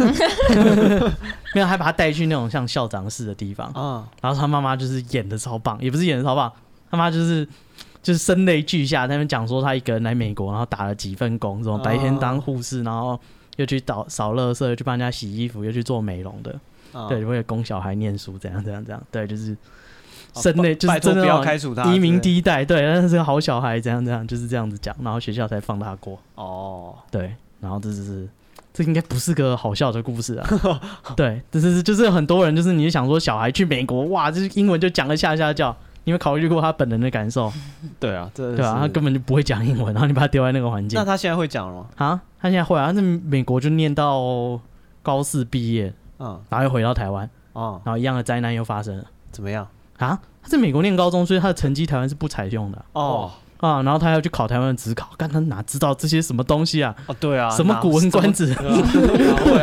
Speaker 2: 没有，还把他带去那种像校长室的地方，
Speaker 1: 啊！
Speaker 2: 然后他妈妈就是演的超棒，也不是演的超棒，他妈就是就是声泪俱下，在那边讲说他一个人来美国，然后打了几份工，什么
Speaker 1: 哦
Speaker 2: 白天当护士，然后又去扫扫垃圾，又去帮人家洗衣服，又去做美容的，
Speaker 1: 啊
Speaker 2: 对，为了供小孩念书，怎样怎样怎样，对，就是
Speaker 1: 哦
Speaker 2: 声
Speaker 1: 拜
Speaker 2: 泪就是
Speaker 1: 拜托
Speaker 2: 真的
Speaker 1: 不
Speaker 2: 那
Speaker 1: 要
Speaker 2: 种
Speaker 1: 开除他
Speaker 2: 移民
Speaker 1: 之类
Speaker 2: 第一代，对，但是个好小孩，怎样怎样，就是这样子讲，然后学校才放他过，
Speaker 1: 的哦，
Speaker 2: 对，然后这就是。这应该不是个好笑的故事啊， 对，这是就是很多人就是你就想说小孩去美国哇，就是英文就讲了下下叫，你有没有考虑过他本人的感受，
Speaker 1: 对啊，这
Speaker 2: 对吧、
Speaker 1: 是
Speaker 2: 他根本就不会讲英文，然后你把他丢在那个环境
Speaker 1: 那他现在会讲了吗？
Speaker 2: 啊，他现在会啊，那美国就念到高四毕业，
Speaker 1: 嗯
Speaker 2: 然后又回到台湾，
Speaker 1: 啊，
Speaker 2: 然后一样的灾难又发生了。
Speaker 1: 怎么样？
Speaker 2: 啊，他在美国念高中，所以他的成绩台湾是不采用的
Speaker 1: 哦
Speaker 2: 啊。然后他要去考台湾的职考，干他哪知道这些什么东西啊？
Speaker 1: 哦，对啊，
Speaker 2: 什么
Speaker 1: 哪
Speaker 2: 古文观？止？
Speaker 1: 对啊对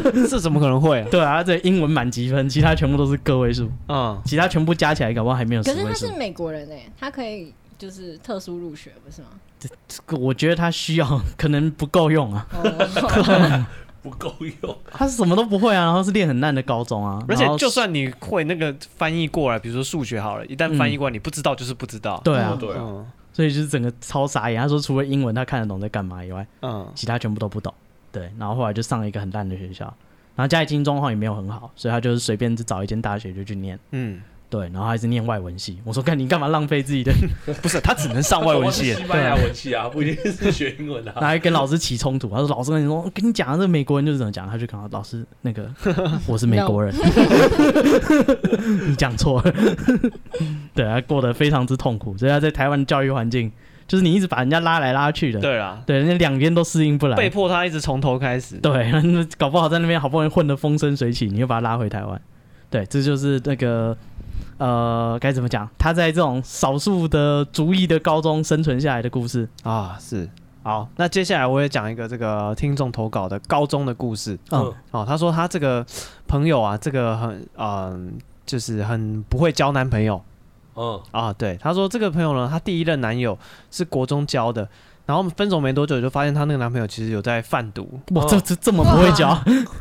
Speaker 1: 啊，这怎么可能 会啊？
Speaker 2: 对啊，他这英文满积分，其他全部都是个位数，
Speaker 1: 嗯，
Speaker 2: 其他全部加起来搞不好还没有十
Speaker 5: 可是
Speaker 2: 位
Speaker 5: 他
Speaker 2: 数
Speaker 5: 是。美国人哎、他可以就是特殊入学不 是吗？
Speaker 2: 这个我觉得他需要，可能不够用啊。
Speaker 5: 哦，
Speaker 4: 不够用。
Speaker 2: 他是什么都不会啊，然后是念很烂的高中啊，
Speaker 1: 而
Speaker 2: 然
Speaker 1: 且
Speaker 2: 后
Speaker 1: 就算你会那个翻译过来，比如说数学好了，一旦翻译过来，你不知道就是不知道。
Speaker 2: 对啊，
Speaker 4: 对啊，
Speaker 1: 嗯
Speaker 2: 所以就是整个超傻眼。他说除了英文他看得懂在干嘛以外，
Speaker 1: 嗯
Speaker 2: 其他全部都不懂。对，然后后来就上了一个很烂的学校，然后家里经济状况也没有很好，所以他就是随便就找一间大学就去念。
Speaker 1: 嗯，
Speaker 2: 对，然后还是念外文系。我说，看你干嘛浪费自己的，
Speaker 1: 不是，他只能 上外文系
Speaker 4: 他搞不好是。西班牙文系啊，不一定是学英文
Speaker 2: 然后
Speaker 4: 啊。
Speaker 2: 还跟老师起冲突。他说，老师跟你说，跟你讲啊，这美国人就是怎么讲，他就讲老师那个我是美国人， 你讲错了。对，他过得非常之痛苦，所以他在台湾的教育环境，就是你一直把人家拉来拉去的，
Speaker 1: 对啦，
Speaker 2: 对，人家两边都适应不来，
Speaker 1: 被迫他一直从头开始。
Speaker 2: 对， 那搞不好在那边好不容易混得风生水起，你又把他拉回台湾。对，这就是那个呃，该怎么讲？他在这种少数的族裔的高中生存下来的故事。
Speaker 1: 啊，是。好，那接下来我也讲一个这个听众投稿的高中的故事
Speaker 2: 嗯
Speaker 4: 嗯，
Speaker 1: 哦。他说他这个朋友啊，这个很嗯、就是很不会交男朋友
Speaker 4: 嗯，
Speaker 1: 啊。对，他说这个朋友呢，他第一任男友是国中交的，然后分手没多久就发现他那个男朋友其实有在贩毒。
Speaker 2: 哇，
Speaker 4: 哦
Speaker 2: 这这这么不会教，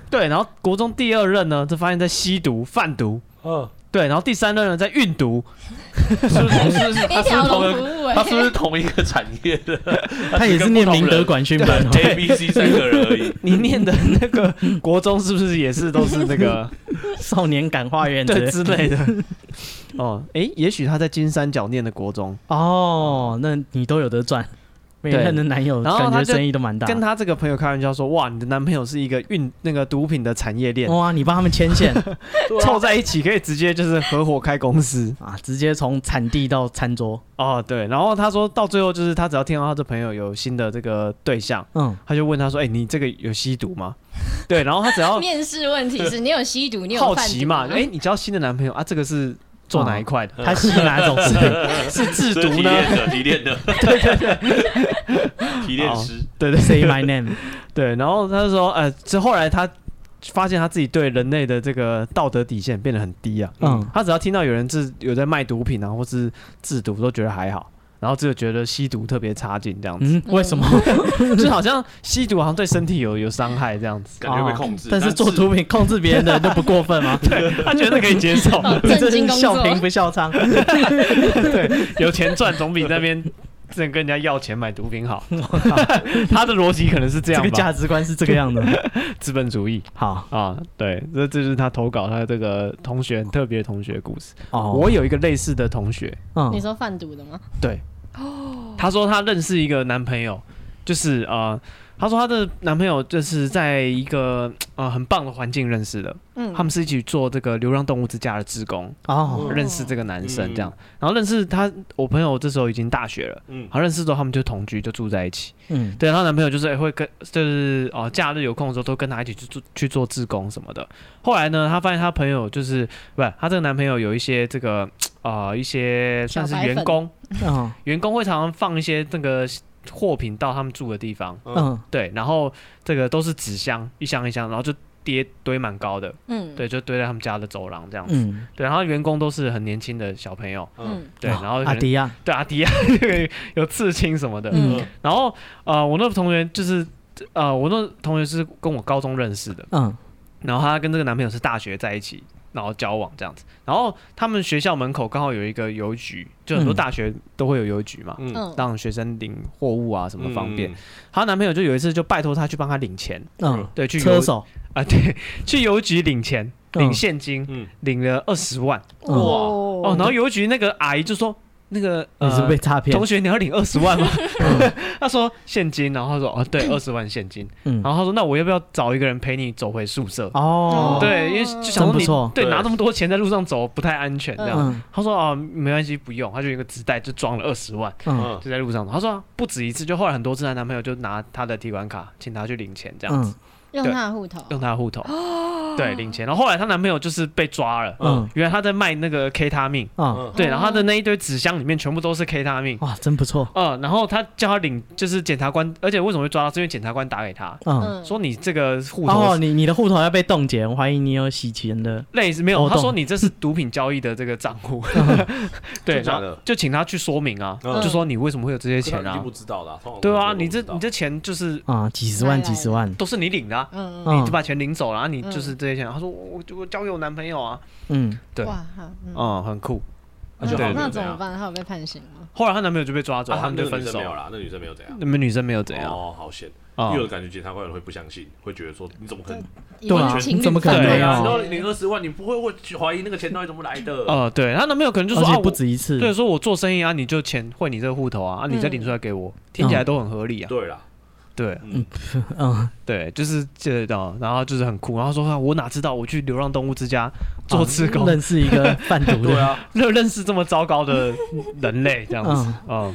Speaker 1: 对，然后国中第二任呢，就发现在吸毒、贩毒。
Speaker 4: 嗯，
Speaker 1: 对，然后第三任呢在运毒，
Speaker 4: 是不是是不是 他
Speaker 5: 一
Speaker 4: 是不
Speaker 5: 条
Speaker 4: 是同
Speaker 5: 龙
Speaker 4: 一个
Speaker 5: 服务哎、
Speaker 4: 他是不是同一个产业 的？
Speaker 2: 他也是念明德管训班。
Speaker 4: A、B、C 三个人而已。
Speaker 1: 你念的那个国中是不是也是都是那个
Speaker 2: 少年感化院之类
Speaker 1: 对
Speaker 2: 的
Speaker 1: 之类的？ 哦，诶，也许他在金三角念的国中，
Speaker 2: 哦，那你都有得赚。每
Speaker 1: 对
Speaker 2: 任的男友
Speaker 1: 然后
Speaker 2: 感
Speaker 1: 他
Speaker 2: 觉
Speaker 1: 就
Speaker 2: 生意都蛮大的。
Speaker 1: 跟他这个朋友开玩笑说，哇，你的男朋友是一个运那个毒品的产业链，
Speaker 2: 哇，你帮他们牵线
Speaker 1: 凑在一起可以直接就是合伙开公司。
Speaker 2: 啊，直接从产地到餐桌。
Speaker 1: 哦，对，然后他说到最后就是他只要听到他这朋友有新的这个对象，
Speaker 2: 嗯，
Speaker 1: 他就问他说，诶，你这个有吸毒吗？对，然后他只要
Speaker 5: 面试问题是你有吸毒，你有
Speaker 1: 好
Speaker 5: 贩毒
Speaker 1: 奇嘛，
Speaker 5: 吗嗯
Speaker 1: 诶，你交新的男朋友啊，这个是
Speaker 2: 哦
Speaker 1: 做哪一块的？
Speaker 2: 他是哪种事？
Speaker 1: 是制
Speaker 4: 是
Speaker 1: 毒
Speaker 4: 提
Speaker 1: 呢？
Speaker 4: 炼的，提炼的， 对对对，提炼师。
Speaker 2: 哦
Speaker 1: 对对
Speaker 2: Say my name。
Speaker 1: 对，然后他就说，呃，这后来他发现他自己对人类的这个道德底线变得很低啊。
Speaker 2: 嗯
Speaker 1: 他只要听到有人制有在卖毒品啊，或是制毒，都觉得还好，然后只有觉得吸毒特别差劲这样子，
Speaker 2: 嗯，为什么？
Speaker 1: 就好像吸毒好像对身体有有伤害这 样子。
Speaker 4: 感觉被控制
Speaker 2: 哦，但是做
Speaker 4: 是
Speaker 2: 毒品控制别人的就不过分吗？
Speaker 1: 对他觉得可以接受，
Speaker 5: 哦
Speaker 2: 这
Speaker 5: 正
Speaker 2: 是
Speaker 5: 经工
Speaker 2: 笑
Speaker 5: 作，
Speaker 2: 贫不笑娼。
Speaker 1: 对，有钱赚总比那边。真跟人家要钱买毒品好，他的逻辑可能是这
Speaker 2: 这
Speaker 1: 样
Speaker 2: 个
Speaker 1: 吧，
Speaker 2: 价值观是这个样的。
Speaker 1: 资本主义
Speaker 2: 好
Speaker 1: 啊，对，这这就是他投稿他这个同学很特别的同学故事。
Speaker 2: 哦，
Speaker 1: 我有一个类似的同学，
Speaker 5: 你
Speaker 2: 嗯
Speaker 5: 说贩毒的吗？
Speaker 1: 他说他认识一个男朋友，就是呃，他说他的男朋友就是在一个呃很棒的环境认识的，
Speaker 5: 嗯，
Speaker 1: 他们是一起做这个流浪动物之家的志工，
Speaker 2: 哦
Speaker 5: 嗯
Speaker 1: 认识这个男生这样，然后认识他，我朋友这时候已经大学了。
Speaker 4: 嗯
Speaker 1: 好，认识之后他们就同居，就住在一起。
Speaker 2: 嗯
Speaker 1: 对，她男朋友就是会跟，就是哦、假日有空的时候都跟她一起去做去做志工什么的。后来呢，她发现她朋友就是不是她这个男朋友有一些这个呃一些算是
Speaker 5: 小白粉
Speaker 1: 员工，
Speaker 2: 嗯
Speaker 1: 员工会常常放一些那个货品到他们住的地方，
Speaker 2: 嗯
Speaker 1: 对，然后这个都是纸箱，一箱一箱，然后就叠堆蛮高的，
Speaker 5: 嗯，
Speaker 1: 对，就堆在他们家的走廊这样子，
Speaker 2: 嗯，
Speaker 1: 对，然后员工都是很年轻的小朋友，
Speaker 4: 嗯
Speaker 5: 嗯，
Speaker 1: 对，
Speaker 2: 哦
Speaker 1: 然后可能
Speaker 2: 阿迪亚
Speaker 1: 对阿迪啊，有刺青什么的，
Speaker 2: 嗯
Speaker 1: 然后呃，我那个同学就是呃，我那同学是跟我高中认识的，
Speaker 2: 嗯，
Speaker 1: 然后她跟这个男朋友是大学在一起，然后交往这样子。然后他们学校门口刚好有一个邮局，就很多
Speaker 2: 嗯
Speaker 1: 大学都会有邮局嘛，
Speaker 4: 嗯，
Speaker 5: 嗯，
Speaker 1: 让学生领货物啊什么方便
Speaker 4: 嗯。？
Speaker 1: 她男朋友就有一次就拜托她去帮她领钱，
Speaker 2: 嗯，
Speaker 1: 对，去邮
Speaker 2: 车手，
Speaker 1: 啊，对，去邮局领钱，
Speaker 2: 嗯
Speaker 1: 领现金，
Speaker 4: 嗯
Speaker 1: 领了二十万
Speaker 2: 嗯
Speaker 4: 哇
Speaker 1: 哦。然后邮局那个阿姨就说：“那个
Speaker 2: 你是不是被
Speaker 1: 呃，
Speaker 2: 诈骗
Speaker 1: 同？学你要领二十万吗？” 他说现金，然后他说：“哦，对，二十万现金。”
Speaker 2: 嗯，
Speaker 1: 然后他说：“那我要不要找一个人陪你走回宿舍？”
Speaker 2: 哦，
Speaker 1: 对，因为就想
Speaker 2: 真
Speaker 1: 说
Speaker 2: 不
Speaker 1: 你
Speaker 2: 错
Speaker 1: 对
Speaker 4: 对
Speaker 1: 拿这么多钱在路上走不太安全这样。
Speaker 2: 嗯
Speaker 1: 他说：“哦，没关系，不用。”他就有一个纸袋就装了二十万，
Speaker 2: 嗯
Speaker 4: 嗯
Speaker 1: 就在路上走。他说、啊不止一次，就后来很多次，她男朋友就拿她的提款卡请她去领钱这样子。
Speaker 2: 嗯
Speaker 5: 用他的户头，
Speaker 1: 用她的户 头，对，领钱。然后后来她男朋友就是被抓了，
Speaker 2: 嗯
Speaker 1: 原来她在卖那个 K 他命，
Speaker 2: 嗯，
Speaker 4: 嗯
Speaker 1: 对，然后她的那一堆纸箱里面全部都是 K 他命，
Speaker 2: 哇，真不错，
Speaker 1: 嗯，然后她叫她领，就是检察官，而且为什么会抓到？是因为检察官打给她，
Speaker 2: 嗯，
Speaker 5: 嗯，
Speaker 1: 说你这个户
Speaker 2: 哦，
Speaker 1: 头
Speaker 2: 你你的户头要被冻结，我怀疑你有洗钱的，
Speaker 1: 类似没
Speaker 2: 哦
Speaker 1: 有，
Speaker 2: 我
Speaker 1: 他说
Speaker 2: 懂
Speaker 1: 你这是毒品交易的这个账 户，对，
Speaker 4: 真假
Speaker 1: 然
Speaker 4: 的
Speaker 1: 后就请她去说明啊，
Speaker 4: 嗯
Speaker 1: 就说你为什么会有这些
Speaker 4: 可
Speaker 1: 钱
Speaker 4: 能一定
Speaker 1: 啊
Speaker 4: 不？知道啦，通常
Speaker 1: 对啊，
Speaker 4: 都不
Speaker 1: 你这
Speaker 4: 知道
Speaker 1: 你这钱就是
Speaker 2: 啊，几十万
Speaker 5: 来来
Speaker 2: 几十万，
Speaker 1: 都是你领的啊，
Speaker 5: 嗯，嗯
Speaker 2: 嗯
Speaker 1: 你把钱领走了，然后啊你就是
Speaker 5: 嗯
Speaker 1: 这些钱。他说我我我交给我男朋友啊，
Speaker 2: 嗯，
Speaker 1: 对
Speaker 5: 哇哈，嗯
Speaker 1: 嗯，很酷。
Speaker 2: 啊
Speaker 4: 那就
Speaker 1: 对
Speaker 4: 好
Speaker 5: 那
Speaker 4: 那
Speaker 5: 怎
Speaker 4: 怎
Speaker 5: 么
Speaker 4: 么
Speaker 5: 办？他有被判刑吗？
Speaker 1: 后来她男朋友就被抓走，
Speaker 4: 啊
Speaker 1: 他们
Speaker 4: 那
Speaker 1: 就
Speaker 4: 个
Speaker 1: 分
Speaker 4: 女生
Speaker 1: 手
Speaker 4: 没。有啦，那个女生没有怎样。
Speaker 1: 你们女生没有怎样
Speaker 4: 哦，好险！
Speaker 1: 啊
Speaker 4: 因为？我感觉检察官也会不相信，会觉得说你怎么可能？
Speaker 2: 对啊
Speaker 5: 已经情侣
Speaker 2: 怎么可能
Speaker 5: 状态
Speaker 1: 对
Speaker 4: 啊，
Speaker 5: 了
Speaker 4: 然后你二十万，你不会会去怀疑那个钱到底怎么来的？
Speaker 1: 呃，对，她男朋友可能就
Speaker 2: 而
Speaker 1: 说啊，
Speaker 2: 且不
Speaker 1: 我
Speaker 2: 止一次，
Speaker 1: 对说我做生意啊，你就钱汇你这个户头啊，啊你
Speaker 5: 嗯
Speaker 1: 再领出来给我，听起来都很合理啊。
Speaker 4: 对啦，
Speaker 1: 对
Speaker 4: 嗯，
Speaker 2: 嗯，
Speaker 1: 对，就是这的，然后就是很酷，然后说啊我哪知道我去流浪动物之家做志工，
Speaker 2: 啊
Speaker 5: 嗯
Speaker 2: 认识一个贩 毒
Speaker 4: 对
Speaker 2: 的，
Speaker 4: 啊，
Speaker 1: 认认识这么糟糕的人类这样子，嗯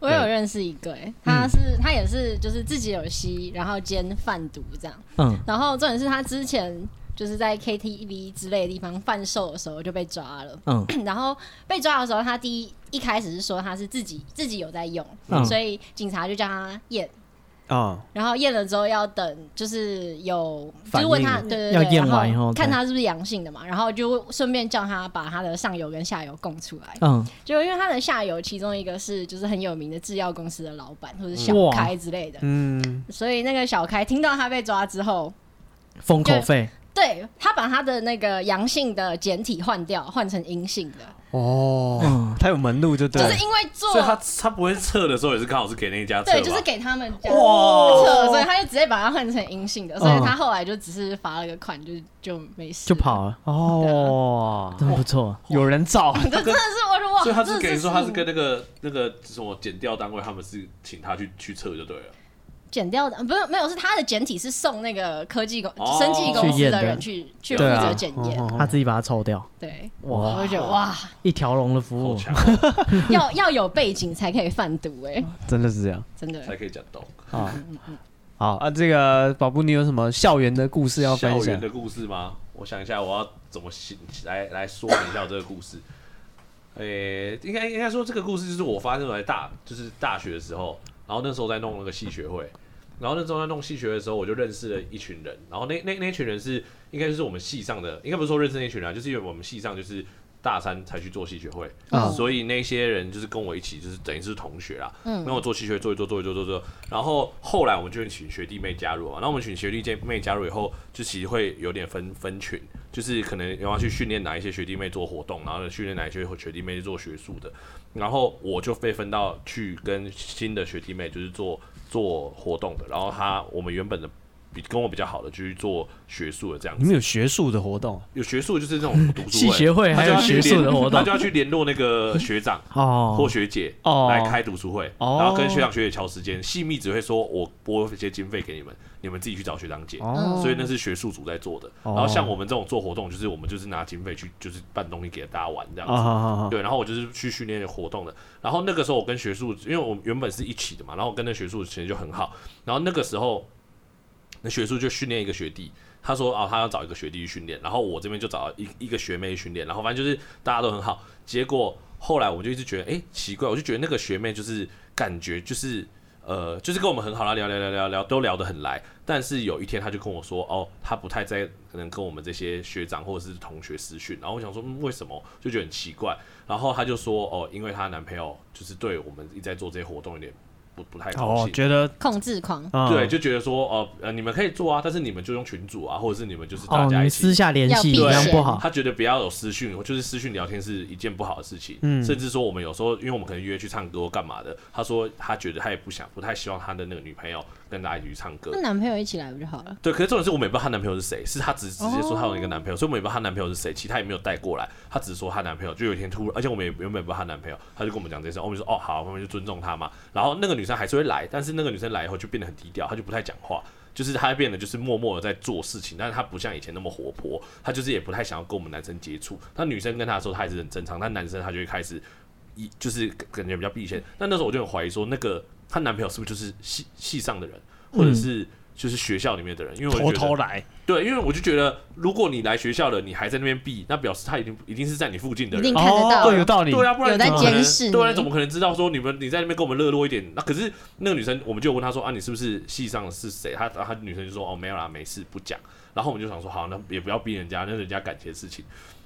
Speaker 5: 我有认识一个、欸，他是
Speaker 2: 嗯
Speaker 5: 他也是就是自己有吸，然后兼贩毒这样。
Speaker 2: 嗯，
Speaker 5: 然后重点是他之前就是在 KTV 之类的地方贩售的时候就被抓了。
Speaker 2: 嗯
Speaker 5: 然后被抓的时候，他第一一开始是说他是自己自己有在用，
Speaker 2: 嗯
Speaker 5: 所以警察就叫他验。
Speaker 1: 啊
Speaker 5: 然后验了之后要等，就是有就
Speaker 1: 反
Speaker 5: 是
Speaker 1: 应
Speaker 5: 问他，对对对，
Speaker 2: 要验完以后
Speaker 5: 然看
Speaker 2: 再
Speaker 5: 他是不是阳性的嘛，然后就顺便叫他把他的上游跟下游供出来。
Speaker 2: 嗯，
Speaker 5: 就因为他的下游其中一个是就是很有名的制药公司的老板或者小
Speaker 2: 哇
Speaker 5: 开之类的，
Speaker 1: 嗯
Speaker 5: 所以那个小开听到他被抓之后，
Speaker 2: 封口费，
Speaker 5: 对他把他的那个阳性的简体换掉，换成阴性的，
Speaker 1: 哦，
Speaker 2: 嗯，
Speaker 1: 他有门路就对
Speaker 5: 就
Speaker 1: 了，
Speaker 5: 是因为做
Speaker 4: 所以他他不会测的时候也是刚好是给那一家测吧
Speaker 5: 对，就是给他们家
Speaker 4: 哇嗯
Speaker 5: 测，所以他就直接把它换成阴性的，所以他后来就只是罚了个款，就就没事，
Speaker 2: 就。跑了，
Speaker 1: 哦，
Speaker 2: 真不错，
Speaker 1: 有人造，
Speaker 5: 这真的是我说哇，
Speaker 4: 所以他
Speaker 5: 真的
Speaker 4: 是给
Speaker 5: 是
Speaker 4: 你说他是跟
Speaker 5: 跟
Speaker 4: 那个那个什么检调单位，他们是请他去去测就对了。
Speaker 5: 剪掉的，呃不是没有，是他的简体是送那个科技公
Speaker 4: 哦
Speaker 5: 生技公
Speaker 2: 去
Speaker 5: 司
Speaker 2: 验
Speaker 5: 的
Speaker 2: 的
Speaker 5: 人去去负
Speaker 2: 对啊
Speaker 5: 责检
Speaker 4: 嗯
Speaker 5: 验，
Speaker 2: 他自己把它抽掉，
Speaker 5: 对，
Speaker 2: 哇，
Speaker 5: 我就觉得哇，
Speaker 2: 一条龙的服
Speaker 4: 好
Speaker 2: 务，
Speaker 4: 强哦，
Speaker 5: 要 要有背景才可以贩毒哎、
Speaker 2: 哦
Speaker 1: 真的是这样
Speaker 5: 真的。
Speaker 4: 才可以讲 到
Speaker 1: 啊。好啊，这个宝布，你有什么校园的故事要
Speaker 4: 校
Speaker 1: 分享
Speaker 4: 园？的故事吗？我想一下，我要怎么形来来说明一下我这个故事。诶、应该应该说这个故事就是我发生在大就是大学的时候，然后那时候在弄那个系学会，然后那时候在弄系学的时候，我就认识了一群人，然后那那那群人是应该就是我们系上的，应该不是说认识那群人、啊，就是因为我们系上就是大三才去做系学会，
Speaker 1: 啊
Speaker 4: 所以那些人就是跟我一起，就是等于是同学啦。
Speaker 5: 嗯
Speaker 4: 那我做系学会做一做做一做做一做，然后后来我们就请学弟妹加入嘛，然后我们请学弟妹加入以后，就其实会有点分分群，就是可能然后去训练哪一些学弟妹做活动，然后训练哪一些学弟妹是做学术的，然后我就被分到去跟新的学弟妹就是做做活动的，然后他我们原本的比跟我比较好的就去做学术的这样
Speaker 1: 你
Speaker 4: 子，
Speaker 1: 们有学术的活动
Speaker 4: 有学术就是那种读书
Speaker 2: 系学会
Speaker 4: 他
Speaker 2: 还
Speaker 4: 就
Speaker 2: 有
Speaker 4: 要去
Speaker 2: 学术的
Speaker 4: 联
Speaker 2: 活
Speaker 4: 他
Speaker 2: 动
Speaker 4: 就，要去联络那个学长。或
Speaker 2: 哦，
Speaker 4: 学姐
Speaker 1: 哦
Speaker 4: 来开读书会，
Speaker 1: 哦
Speaker 4: 然后跟学长学姐敲时间，系密只会说我拨一些经费给你们，你们自己去找学长姐。
Speaker 1: 哦，
Speaker 4: 所以那是学术组在做的，
Speaker 1: 哦
Speaker 4: 然后像我们这种做活动，就是我们就是拿经费去，就是办东西给大家玩这样
Speaker 1: 啊
Speaker 4: 子。
Speaker 1: 好好好，
Speaker 4: 对，然后我就是去训练活动的。然后那个时候我跟学术，因为我们原本是一起的嘛，然后我跟那学术其实就很好。然后那个时候，那学术就训练一个学弟，他说啊，他要找一个学弟去训练，然后我这边就找一一个学妹去训练，然后反正就是大家都很好。结果后来我就一直觉得，哎、奇怪，我就觉得那个学妹就是感觉就是。呃，就是跟我们很好啦，聊聊聊聊聊，都聊得很来。但是有一天，他就跟我说，哦，他不太在，可能跟我们这些学长或者是同学私讯。然后我想说，嗯，为什么？就觉得很奇怪。然后她就说，哦，因为她男朋友就是对我们一直在做这些活动有点不不不太高
Speaker 1: 哦，
Speaker 4: 兴。
Speaker 1: 觉得
Speaker 5: 控制狂，
Speaker 2: 嗯
Speaker 1: 啊，
Speaker 4: 对，就觉得说，哦，呃，你们可以做啊，但是你们就用群组啊，或者是你们就是
Speaker 2: 哦，
Speaker 4: 大
Speaker 2: 你
Speaker 4: 家一
Speaker 2: 们
Speaker 4: 起
Speaker 2: 私下联系
Speaker 5: 要避
Speaker 2: 这样
Speaker 5: 嫌
Speaker 2: 不好
Speaker 4: 他觉得不要有私讯，就是私讯聊天是一件不好的事情。
Speaker 1: 嗯
Speaker 4: 甚至说我们有时候，因为我们可能约去唱歌或干嘛的，他说他觉得他也不想，不太希望他的那个女朋友跟大家一起去唱歌
Speaker 5: 跟。男朋友一起来不就好了？
Speaker 4: 对，可是重点是我们也不知道她男朋友是谁，是她只直接说她有一个男朋友，所以我们也不知道她男朋友是谁，其他也没有带过来，她只是说她男朋友，就有一天突然，而且我们也原本不知道她男朋友，她就跟我们讲这事，我们就说哦好，我们就尊重她嘛。然后那个女生还是会来，但是那个女生来以后就变得很低调，她就不太讲话，就是她变得就是默默的在做事情，但是她不像以前那么活泼，她就是也不太想要跟我们男生接触。那女生跟她的时候，她还是很正常，但男生她就会开始一就是感觉比较避嫌。但那时候我就很怀疑说，那个她男朋友是不是就是系系上的人，或者是就是学校里面的人？因为
Speaker 1: 偷
Speaker 4: 我就觉得
Speaker 1: 嗯偷来，
Speaker 4: 对，因为我就觉得，如果你来学校了，你还在那边避，那表示他一定一定是在你附近的
Speaker 5: 一
Speaker 4: 人
Speaker 5: 定。看得到
Speaker 1: 哦对，有道理，
Speaker 4: 对啊，不然
Speaker 5: 有在
Speaker 4: 怎么可能
Speaker 5: 监视你
Speaker 4: 对啊，怎么可能知道说你们你在那边跟我们热络一点？那可是那个女生，我们就有问她说啊，你是不是系上的是谁？她她女生就说哦没有啦，没事，不讲。然后我们就想说好，那也不要逼人家，那人家感谢事情。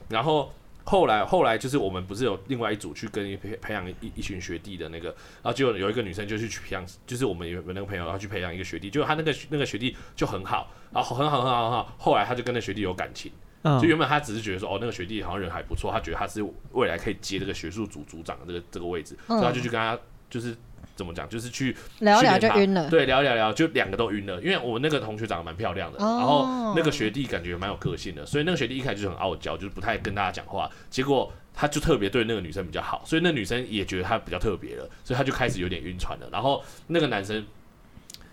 Speaker 4: 然后后来后来就是我们不是有另外一组去跟一培培养一一群学弟的那个，然后结果有一个女生就去培养，就是我们有有那个朋友，然后去培养一个学弟，结果她那个那个学弟就很好，然后很好很好很好，后来她就跟那学弟有感情。
Speaker 1: 嗯
Speaker 4: 就原本他只是觉得说，哦，那个学弟好像人还不错，他觉得他是未来可以接这个学术组组长的这个这个位置，
Speaker 5: 嗯
Speaker 4: 所以他就去跟他就是怎么讲，就是去
Speaker 5: 聊一聊
Speaker 4: 训练
Speaker 5: 就
Speaker 4: 他
Speaker 5: 晕了。
Speaker 4: 对聊一聊聊，就两个都晕了，因为我那个同学长得蛮漂亮的，
Speaker 5: 哦
Speaker 4: 然后那个学弟感觉蛮有个性的，所以那个学弟一开始就很傲娇，就是不太跟大家讲话，结果。他就特别对那个女生比较好，所以那女生也觉得他比较特别了，所以他就开始有点晕船了。然后那个男生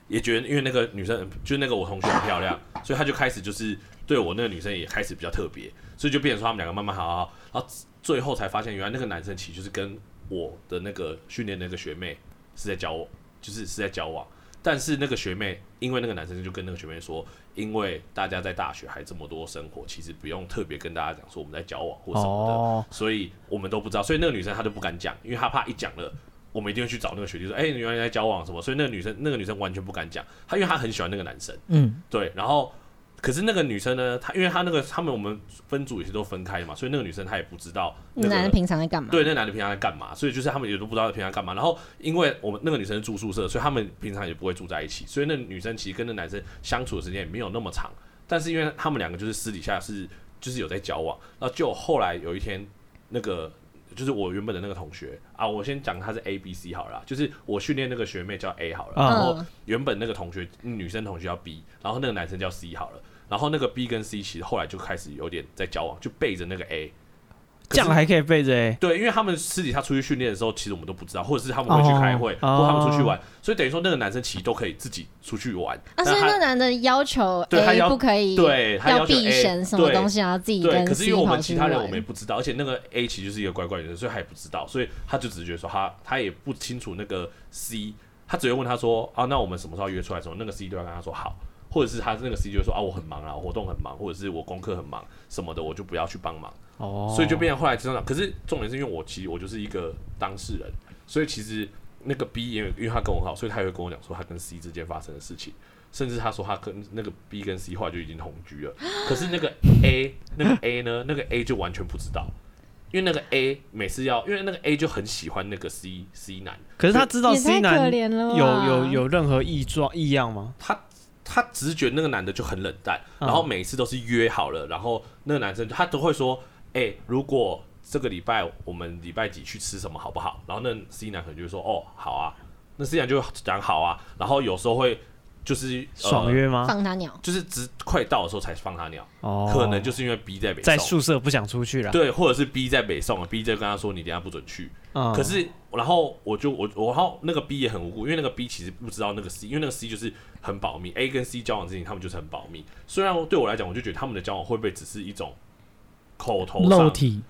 Speaker 4: 也觉得，因为那个女生就是那个我同学很漂亮，所以他就开始就是对我那个女生也开始比较特别，所以就变成说他们两个慢慢好好好，然后最后才发现原来那个男生其实就是跟我的那个训练那个学妹是在交往，就是是在交往。但是那个学妹，因为那个男生就跟那个学妹说，因为大家在大学还这么多生活，其实不用特别跟大家讲说我们在交往或什么的，
Speaker 2: 哦，
Speaker 4: 所以我们都不知道，所以那个女生她就不敢讲，因为她怕一讲了，我们一定会去找那个学弟说，哎、你原来在交往什么？所以那个女生，那个女生完全不敢讲，她因为她很喜欢那个男生，
Speaker 2: 嗯，
Speaker 4: 对，然后可是那个女生呢，她因为她那个他们我们分组也是都分开的嘛，所以那个女生她也不知道那
Speaker 5: 男
Speaker 4: 个
Speaker 5: 的平常在干嘛？啊
Speaker 4: 对，那男的平常在干嘛？所以就是他们也都不知道他平常干嘛。然后因为我们那个女生是住宿舍，所以他们平常也不会住在一起，所以那女生其实跟那男生相处的时间也没有那么长。但是因为他们两个就是私底下是就是有在交往，然后就后来有一天那个。就是我原本的那个同学啊，我先讲她是 A B C 好了啦，就是我训练那个学妹叫 A 好了，
Speaker 1: 嗯
Speaker 4: 然后原本那个同学女生同学叫 B，然后那个男生叫 C 好了，然后那个 B 跟 C 其实后来就开始有点在交往，就背着那个 A，
Speaker 1: 这样还可以背着欸，
Speaker 4: 对，因为他们私底下出去训练的时候，其实我们都不知道，或者是他们会去开会，
Speaker 1: 哦
Speaker 4: 或他们出去玩，所以等于说那个男生其实都可以自己出去玩。
Speaker 5: 啊，
Speaker 4: 但
Speaker 5: 所以
Speaker 4: 他
Speaker 5: 那男的要求
Speaker 4: 对他
Speaker 5: A
Speaker 4: 要
Speaker 5: 不可以，
Speaker 4: 对他
Speaker 5: 要
Speaker 4: 要求
Speaker 5: 避
Speaker 4: A，
Speaker 5: 嫌什么
Speaker 4: 对
Speaker 5: 东西，然后自己
Speaker 4: 对，
Speaker 5: 跟
Speaker 4: 可是因为
Speaker 5: C
Speaker 4: 我
Speaker 5: 跑
Speaker 4: 们其
Speaker 5: 去
Speaker 4: 他人我们也
Speaker 5: 玩。
Speaker 4: 不知道，而且那个 A 其实就是一个乖乖女生，所以他也不知道，所以他就只是觉得说他他也不清楚那个 C，他只会问他说啊，那我们什么时候约出来的时候，那个 C 就要跟他说好。或者是他那个 C 就会说啊，我很忙啊，我活动很忙，或者是我功课很忙什么的，我就不要去帮忙。
Speaker 1: 哦，
Speaker 4: 所以就变成后来知道，可是重点是因为我其实我就是一个当事人，所以其实那个 B 因为因为他跟我很好，所以他也会跟我讲说他跟 C 之间发生的事情，甚至他说他跟那个 B 跟 C 后来就已经同居了，可是那个 A 那个 A 呢，那个 A 就完全不知道。因为那个 A 每次要，因为那个 A 就很喜欢那个 C C 男，
Speaker 1: 可是他知道
Speaker 5: 也
Speaker 1: C
Speaker 5: 太可
Speaker 1: 男
Speaker 5: 怜了吧，
Speaker 1: 有有有任何异状异样吗？
Speaker 4: 他他只是觉得那个男的就很冷淡，
Speaker 1: 嗯
Speaker 4: 然后每次都是约好了，然后那个男生他都会说，哎、如果这个礼拜我们礼拜几去吃什么好不好？然后那 C 男可能就会说，哦，好啊。那 C 男就会讲好啊，然后有时候会就是、呃
Speaker 1: 爽，约吗？
Speaker 5: 放他鸟，
Speaker 4: 就是只快到的时候才放他鸟，
Speaker 1: 哦，
Speaker 4: 可能就是因为 B 在北
Speaker 1: 在
Speaker 4: 送
Speaker 1: 宿舍不想出去了。
Speaker 4: 对，或者是 B 在北送啊，B 在跟他说你等一下不准去，
Speaker 1: 嗯，
Speaker 4: 可是，然后我就我我然后那个 B 也很无辜，因为那个 B 其实不知道那个 C，因为那个 C 就是很保密，A 跟 C 交往之情他们就是很保密。虽然对我来讲，我就觉得他们的交往会不会只是一种口头上
Speaker 2: 肉体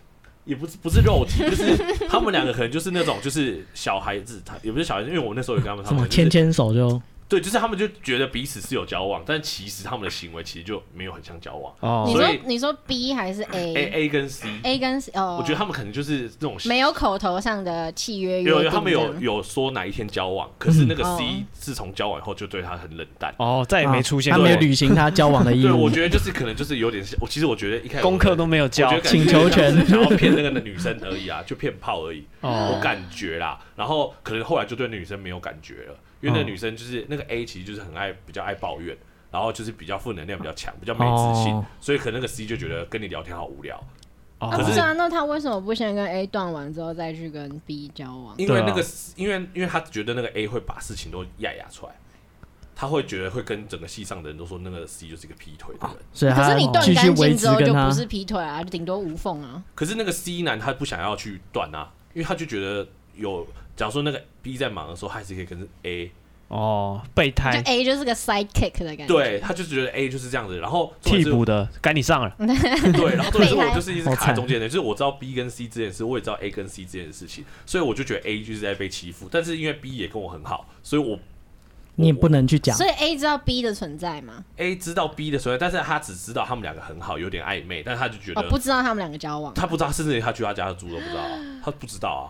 Speaker 4: 也不是不是肉体， 就是他们两个可能就是那种就是小孩子，他也不是小孩子，因为我那时候也跟他们他
Speaker 2: 什
Speaker 4: 们
Speaker 2: 么
Speaker 4: 就是
Speaker 2: 牵牵手就
Speaker 4: 对，就是他们就觉得彼此是有交往，但其实他们的行为其实就没有很像交往。
Speaker 5: 你
Speaker 1: 哦，
Speaker 4: 所
Speaker 5: 说
Speaker 4: 以
Speaker 5: 你说 B 还是
Speaker 4: A
Speaker 5: A？A
Speaker 4: A 跟 C，
Speaker 5: 跟 C- 哦，
Speaker 4: 我觉得他们可能就是那种
Speaker 5: 没有口头上的契约约
Speaker 4: 有
Speaker 5: 定
Speaker 4: 有他们有
Speaker 5: 这样
Speaker 4: 有说哪一天交往，可是那个
Speaker 5: 嗯
Speaker 4: C
Speaker 5: 哦
Speaker 4: 自从交往以后就对他很冷淡。
Speaker 1: 哦，再也没出现
Speaker 2: 啊
Speaker 4: 啊
Speaker 2: 他
Speaker 1: 过，
Speaker 2: 没有履行他交往的义
Speaker 4: 对，我
Speaker 2: 务。
Speaker 4: 觉得就是可能就是有点像，我其实我觉得一开始
Speaker 1: 哎功课都没有
Speaker 4: 我
Speaker 1: 交
Speaker 4: 觉得感觉
Speaker 2: 请求权
Speaker 4: 就是想要骗那个女生而已啊，就骗炮而已。我
Speaker 1: 哦，
Speaker 4: 感觉啦，然后可能后来就对那女生没有感觉了，因为那
Speaker 1: 嗯
Speaker 4: 女生就是那个 A，其实就是很爱比较爱抱怨，然后就是比较负能量比较强，比较没自信
Speaker 2: 哦，
Speaker 4: 所以可能那个 C 就觉得跟你聊天好无聊，
Speaker 5: 啊，
Speaker 1: 哦
Speaker 4: 可
Speaker 5: 不
Speaker 4: 是
Speaker 5: 是啊，那他为什么不先跟 A 断完之后再去跟 B 交往？
Speaker 4: 因
Speaker 1: 对
Speaker 4: 为
Speaker 1: 啊
Speaker 4: 那个 C- 因为因为他觉得那个 A 会把事情都压压出来。他会觉得会跟整个系上的人都说那个 C 就是一个劈腿的
Speaker 1: 啊
Speaker 4: 人，
Speaker 2: 所以
Speaker 5: 可
Speaker 2: 他
Speaker 5: 是你断
Speaker 2: 继续
Speaker 5: 干
Speaker 2: 维持
Speaker 5: 净之后
Speaker 2: 跟
Speaker 5: 就
Speaker 2: 他
Speaker 5: 不是劈腿啊，顶多无缝啊。
Speaker 4: 可是那个 C 男他不想要去断啊，因为他就觉得有，假如说那个 B 在忙的时候，他还是可以跟 A
Speaker 1: 哦，备
Speaker 5: 就
Speaker 4: 哎
Speaker 1: 胎
Speaker 5: A 就是个 sidekick 的感觉。
Speaker 4: 对，他就觉得 A 就是这样子，然后重点
Speaker 1: 替
Speaker 4: 是
Speaker 1: 补的该你上了，
Speaker 4: 对，然后重点是
Speaker 5: 备
Speaker 4: 我
Speaker 5: 胎
Speaker 4: 就是一直
Speaker 2: 好
Speaker 4: 卡
Speaker 2: 惨
Speaker 4: 中间的，就是我知道 B 跟 C 这件事，我也知道 A 跟 C 这件事情，所以我就觉得 A 就是在被欺负，但是因为 B 也跟我很好，所以我
Speaker 2: 你也不能去讲
Speaker 5: 所以 A 知道 B 的存在吗？
Speaker 4: A 知道 B 的存在，但是他只知道他们两个很好，有点暧昧，但他就觉
Speaker 5: 哦
Speaker 4: 得，
Speaker 5: 不知道他们两个交往。
Speaker 4: 他不知道，甚至连他去他家住都不知道啊，他不知道啊，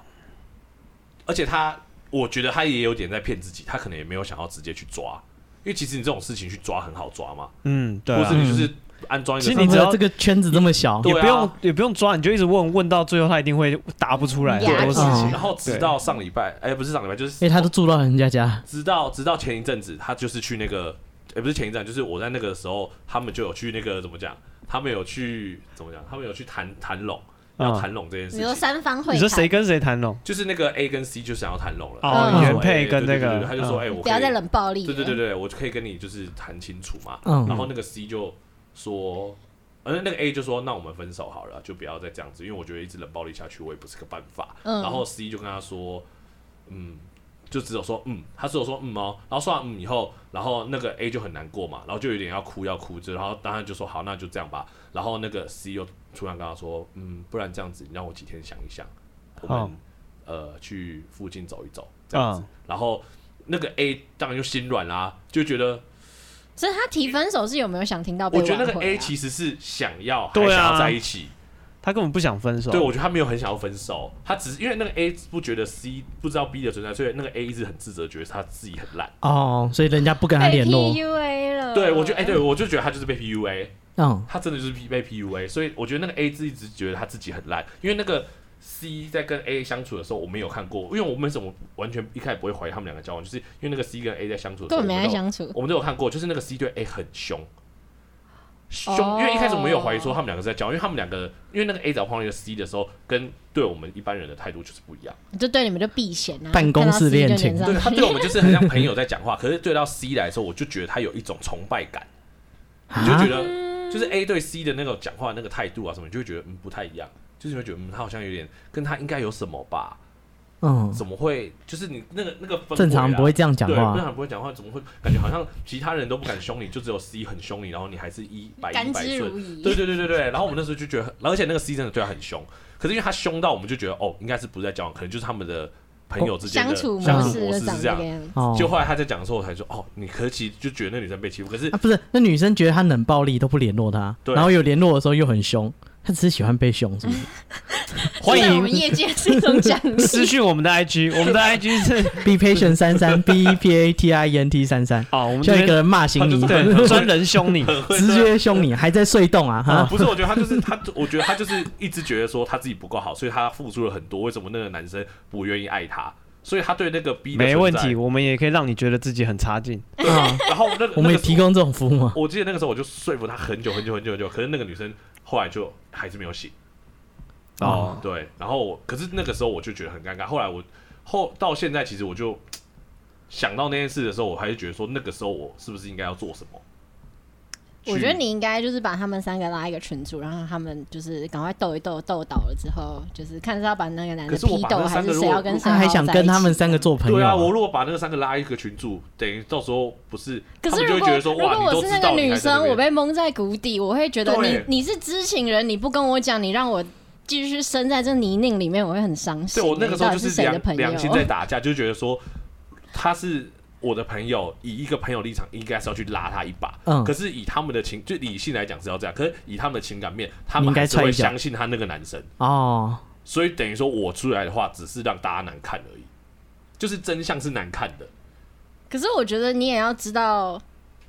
Speaker 4: 而且他我觉得他也有点在骗自己，他可能也没有想要直接去抓，因为其实你这种事情去抓很好抓嘛，
Speaker 1: 嗯，对
Speaker 4: 或
Speaker 1: 啊
Speaker 4: 是，你就是安装一个
Speaker 1: 其实
Speaker 4: 什
Speaker 1: 你
Speaker 4: 么。
Speaker 1: 只要
Speaker 2: 这个圈子这么小，
Speaker 1: 也
Speaker 4: 对啊
Speaker 1: 不用也不用抓，你就一直问问到最后，他一定会答不出来
Speaker 4: 啊
Speaker 5: 对
Speaker 1: 很多事情
Speaker 2: 嗯
Speaker 4: 然，后直到上礼拜，哎、不是上礼拜，就是
Speaker 2: 因为他都住到人家家，
Speaker 4: 直到直到前一阵子，他就是去那个，也、不是前一站，就是我在那个时候，他们就有去那个怎么讲？他们有去怎么讲？他们有去谈谈拢，嗯要谈拢这件事
Speaker 5: 你
Speaker 4: 情。
Speaker 5: 说三方会
Speaker 1: 嗯你
Speaker 5: 谈，
Speaker 1: 说谁跟谁谈哦拢？
Speaker 4: 就是那个 A 跟 C 就想要谈拢了，
Speaker 1: 哦
Speaker 4: 他就说
Speaker 1: 原配
Speaker 4: 哎
Speaker 1: 跟
Speaker 4: 对
Speaker 1: 那个嗯
Speaker 4: 对对对他就说：“哎、我
Speaker 5: 不要
Speaker 4: 可以
Speaker 5: 再冷暴力了。
Speaker 4: 对对对对，我就可以跟你就是谈清楚嘛。
Speaker 2: 嗯
Speaker 4: 然后那个 C 就说，呃，那个 A 就说，那我们分手好了，就不要再这样子，因为我觉得一直冷暴力下去，我也不是个办法。
Speaker 5: 嗯
Speaker 4: 然后 C 就跟他说，嗯，就只有说嗯，他只有说嗯哦，然后说完嗯以后，然后那个 A 就很难过嘛，然后就有点要哭要哭，就然后当然就说好，那就这样吧。然后那个 C 又突然跟他说，嗯，不然这样子，你让我几天想一想，我们、
Speaker 1: 嗯
Speaker 4: 呃去附近走一走这样子。然后那个 A 当然就心软啦、就觉得
Speaker 5: 所以他提分手是有没有想听到被
Speaker 4: 我
Speaker 5: 挽
Speaker 4: 觉
Speaker 5: 回啊？
Speaker 4: 得那个 A 其实是想要还
Speaker 1: 对啊啊
Speaker 4: 想要在一起，
Speaker 1: 他根本不想分手。
Speaker 4: 对我觉得他没有很想要分手，他只是因为那个 A 不觉得 C 不知道 B 的存在，所以那个 A 一直很自责，觉得他自己很烂。
Speaker 2: 哦，所以人家不跟他
Speaker 5: 被
Speaker 2: 联络，
Speaker 5: PUA 了。
Speaker 4: 对我觉得哎、对我就觉得他就是被 PUA，
Speaker 2: 嗯，
Speaker 4: 他真的就是被 PUA，所以我觉得那个 A 自己一直觉得他自己很烂，因为那个 C 在跟 A 相处的时候，我没有看过，因为我们怎么完全一开始不会怀疑他们两个交往，就是因为那个 C 跟 A 在相处的时
Speaker 5: 根
Speaker 4: 候，
Speaker 5: 本没
Speaker 4: 我
Speaker 5: 在
Speaker 4: 们都
Speaker 5: 相处。
Speaker 4: 我们都有看过，就是那个 C 对 A 很凶，凶，
Speaker 5: 哦
Speaker 4: 因为一开始我们没有怀疑说他们两个在交往，因为他们两个，因为那个 A 找碰到一个 C 的时候，跟对我们一般人的态度就是不一样。
Speaker 5: 就对你们就避嫌啊，
Speaker 2: 办公室恋情
Speaker 5: 看
Speaker 4: 对
Speaker 5: 到 C
Speaker 4: 他
Speaker 5: 就脸
Speaker 4: 对我们就是很像朋友在讲话，可是对到 C 来说，我就觉得他有一种崇拜感，你就觉得就是 A 对 C 的那种讲话那个态度啊什么，你就会觉得嗯不太一样，就是你会觉得嗯他好像有点跟他应该有什么吧，
Speaker 2: 嗯，
Speaker 4: 怎么会就是你那个那个氛围啊
Speaker 2: 正常不会这样讲
Speaker 4: 对，
Speaker 2: 话
Speaker 4: 不然，很不会讲话，怎么会感觉好像其他人都不敢凶你，就只有 C 很凶你，然后你还是一百 依
Speaker 5: 甘
Speaker 4: 百
Speaker 5: 之如
Speaker 4: 顺。
Speaker 5: 饴。
Speaker 4: 对对对对对，然后我们那时候就觉得很，而且那个 C 真的对他很凶，可是因为他凶到我们就觉得哦，应该是不是在交往，可能就是他们的朋友之间
Speaker 5: 相
Speaker 4: 的
Speaker 5: 处
Speaker 4: 相
Speaker 5: 模
Speaker 4: 处
Speaker 5: 式
Speaker 4: 模
Speaker 5: 就
Speaker 4: 式
Speaker 5: 长啊
Speaker 4: 是这
Speaker 5: 这
Speaker 4: 样
Speaker 5: 个。样子。
Speaker 2: 哦，
Speaker 4: 就后来他在讲的时候，我才说哦，你可其实就觉得那女生被欺负，可是
Speaker 2: 啊，不是，那女生觉得他冷暴力都不联络他，
Speaker 4: 对
Speaker 2: 然后有联络的时候又很凶，他只是喜欢被凶， 是不是？
Speaker 1: 欢
Speaker 5: 这在啊我们
Speaker 1: 迎
Speaker 5: 业界是一种奖
Speaker 1: 私
Speaker 5: 励。
Speaker 1: 讯我们的 IG，我们的 IG 是
Speaker 2: B patient 三三 B E P A T I E N T 三三，
Speaker 1: 哦，我们
Speaker 2: 就
Speaker 1: 这
Speaker 2: 一个
Speaker 1: 边
Speaker 2: 人骂醒你，
Speaker 1: 对专人凶你，
Speaker 2: 直接凶你，还在睡洞啊
Speaker 4: 啊
Speaker 2: 哈，
Speaker 4: 不是，我觉得他就是他，我觉得他就是一直觉得说他自己不够好，所以他付出了很多。为什么那个男生不愿意爱他？所以他对那个 B 的
Speaker 1: 没
Speaker 4: 存
Speaker 1: 问
Speaker 4: 在
Speaker 1: 题，我们也可以让你觉得自己很差劲。
Speaker 2: 啊，
Speaker 4: 然后那个
Speaker 2: 我们
Speaker 4: 那
Speaker 2: 也
Speaker 4: 个
Speaker 2: 提供这种服务啊吗？
Speaker 4: 我记得那个时候我就说服她很久很久很久很久，可是那个女生后来就还是没有醒。
Speaker 1: 哦
Speaker 4: 对，然后我可是那个时候我就觉得很尴尬。后来我后到现在，其实我就想到那件事的时候，我还是觉得说，那个时候我是不是应该要做什么？
Speaker 5: 我觉得
Speaker 4: 去
Speaker 5: 你应该就是把他们三个拉一个群组，然后他们就是赶快斗一斗，斗倒了之后，就是看是要把那个男
Speaker 4: 可
Speaker 5: 的
Speaker 4: 是我
Speaker 5: 批
Speaker 4: 把
Speaker 5: 斗，
Speaker 4: 那
Speaker 5: 还
Speaker 4: 三个
Speaker 5: 是
Speaker 4: 如
Speaker 5: 谁
Speaker 4: 果
Speaker 5: 要跟谁
Speaker 2: 他还想跟他们三个做朋友
Speaker 4: 对
Speaker 2: 啊
Speaker 4: 啊，我如果把那个三个拉一个群组，等于到时候不是，
Speaker 5: 可
Speaker 4: 他
Speaker 5: 是
Speaker 4: 们就
Speaker 5: 如
Speaker 4: 会
Speaker 5: 果
Speaker 4: 觉得说，
Speaker 5: 如
Speaker 4: 哇，
Speaker 5: 果
Speaker 4: 你
Speaker 5: 我
Speaker 4: 都
Speaker 5: 是
Speaker 4: 知
Speaker 5: 那
Speaker 4: 道
Speaker 5: 个
Speaker 4: 你
Speaker 5: 女
Speaker 4: 还在那
Speaker 5: 生，我
Speaker 4: 边
Speaker 5: 被蒙在鼓底，我会觉得你
Speaker 4: 对
Speaker 5: 你是知情人，你不跟我讲，你让我继续生在这泥泞里面，我会很伤心。
Speaker 4: 对我那个时候就
Speaker 5: 你到底是谁的
Speaker 4: 良
Speaker 5: 朋友？
Speaker 4: 良心在打架，就觉得说他是我的朋友以一个朋友立场，应该是要去拉他一把。
Speaker 2: 嗯
Speaker 4: 可是以他们的情，就理性来讲是要这样，可是以他们的情感面，他
Speaker 2: 你
Speaker 4: 们
Speaker 2: 应该
Speaker 4: 还是会
Speaker 2: 踹一脚
Speaker 4: 相信他那个男生。
Speaker 2: 哦，
Speaker 4: 所以等于说我出来的话，只是让大家难看而已，就是真相是难看的。
Speaker 5: 可是我觉得你也要知道，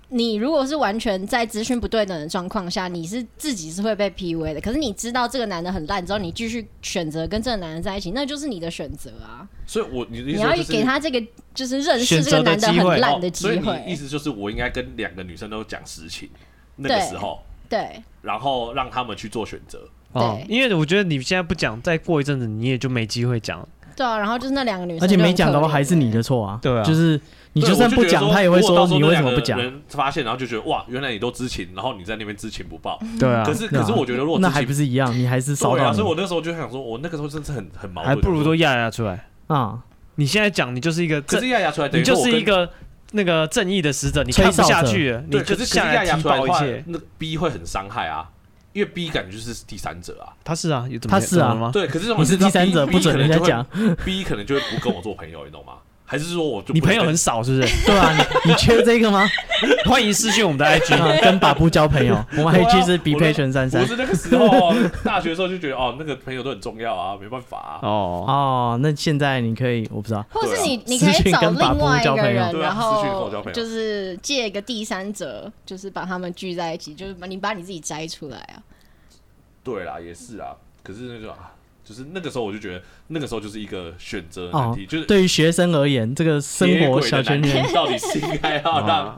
Speaker 5: 你如果是完全在资讯不对等的状况下，你是自己是会被 PUA 的。可是你知道这个男的很烂之后，你继续选择跟这个男人在一起，那就是你的选择啊！
Speaker 4: 所以我你的意
Speaker 5: 你
Speaker 4: 思
Speaker 5: 要
Speaker 4: 就是
Speaker 5: 给他这个就是认识
Speaker 1: 选
Speaker 5: 这个
Speaker 1: 择的
Speaker 5: 男的
Speaker 1: 机会
Speaker 5: 很
Speaker 4: 哦
Speaker 5: 烂的机
Speaker 4: 所以你意
Speaker 5: 会。
Speaker 4: 思就是我应该跟两个女生都讲实情，那个
Speaker 5: 对
Speaker 4: 时候，
Speaker 5: 对
Speaker 4: 然后让他们去做选择。
Speaker 1: 哦
Speaker 5: 对，
Speaker 1: 因为我觉得你现在不讲，再过一阵子你也就没机会讲了。
Speaker 5: 对啊，然后就是那两个女生，
Speaker 2: 而且没讲的话还是你。的错啊，
Speaker 1: 对啊
Speaker 2: 就是你
Speaker 4: 对
Speaker 2: 就算不讲，他也会说你为什么不？
Speaker 4: 我就觉得如果到时候那
Speaker 2: 讲
Speaker 4: 两个，人发现然后就觉得哇，原来你都知情，然后你在那边知情不报。
Speaker 5: 嗯
Speaker 1: 对啊
Speaker 4: 可是
Speaker 2: 对啊
Speaker 4: 可是我觉得如果
Speaker 2: 那
Speaker 4: 知
Speaker 2: 还
Speaker 4: 情
Speaker 2: 不是一样，你还是烧
Speaker 4: 对啊，
Speaker 2: 到
Speaker 4: 所以
Speaker 2: 你
Speaker 4: 我那时候就想说，我那个时候真的是很很矛
Speaker 1: 还
Speaker 4: 盾，
Speaker 1: 不如
Speaker 4: 我
Speaker 1: 都
Speaker 4: 说。
Speaker 1: 压压出来。
Speaker 2: 啊，
Speaker 1: 你现在讲，你就是一个
Speaker 4: 可
Speaker 1: 正
Speaker 4: 是，亚亚出来，等
Speaker 1: 你
Speaker 4: 于说
Speaker 1: 就
Speaker 4: 我
Speaker 1: 是
Speaker 4: 跟
Speaker 1: 一个那个正义的使者，你看不
Speaker 2: 吹哨
Speaker 1: 下
Speaker 2: 者
Speaker 1: 去了，你
Speaker 4: 对，
Speaker 1: 就
Speaker 4: 可是
Speaker 1: 下
Speaker 4: 可是亚
Speaker 1: 来
Speaker 4: 亚
Speaker 1: 踢
Speaker 4: 出来
Speaker 1: 爆
Speaker 4: 的
Speaker 1: 一
Speaker 4: 话
Speaker 1: 切，。
Speaker 4: 那个 B 会很伤害啊，因为 B 感觉就是第三者啊。
Speaker 1: 他是啊，有怎么
Speaker 2: 他是
Speaker 1: 怎
Speaker 2: 啊
Speaker 1: 么了吗？
Speaker 4: 对，可是这种
Speaker 2: 你是第三者，不准人家讲。
Speaker 4: B 可能就会不跟我做朋友，你懂吗？还是说我就不
Speaker 1: 你朋友很
Speaker 4: 能跟
Speaker 1: 少是不是？
Speaker 2: 对啊，你你缺这个吗？
Speaker 1: 欢迎私讯我们的 IG。
Speaker 2: 啊跟把布交朋友，我们还有去是匹配全三
Speaker 4: 我
Speaker 2: 三
Speaker 4: 是那个时候大学的时候就觉得哦，那个朋友都很重要啊，没办法啊。
Speaker 1: 哦，
Speaker 2: 哦。那现在你可以，我不知道，
Speaker 5: 或是你，
Speaker 2: 对啊
Speaker 5: 你可以找
Speaker 2: 私讯跟
Speaker 5: 另外一
Speaker 2: 法布交
Speaker 5: 个
Speaker 2: 朋
Speaker 5: 人
Speaker 2: 友，
Speaker 4: 对
Speaker 5: 然
Speaker 4: 啊私讯跟我交
Speaker 5: 后
Speaker 4: 朋友
Speaker 5: 就是借一个第三者，就是把他们聚在一起，就是把你把你自己摘出来啊。
Speaker 4: 对啦，也是啊。可是那个啊，就是那个时候我就觉得，那个时候就是一个选择的难题，就是
Speaker 2: 哦对于学生而言，这个生
Speaker 4: 铁
Speaker 2: 活
Speaker 4: 轨的
Speaker 2: 小圈
Speaker 4: 难题
Speaker 2: 圈，哦
Speaker 4: 到底是应该要让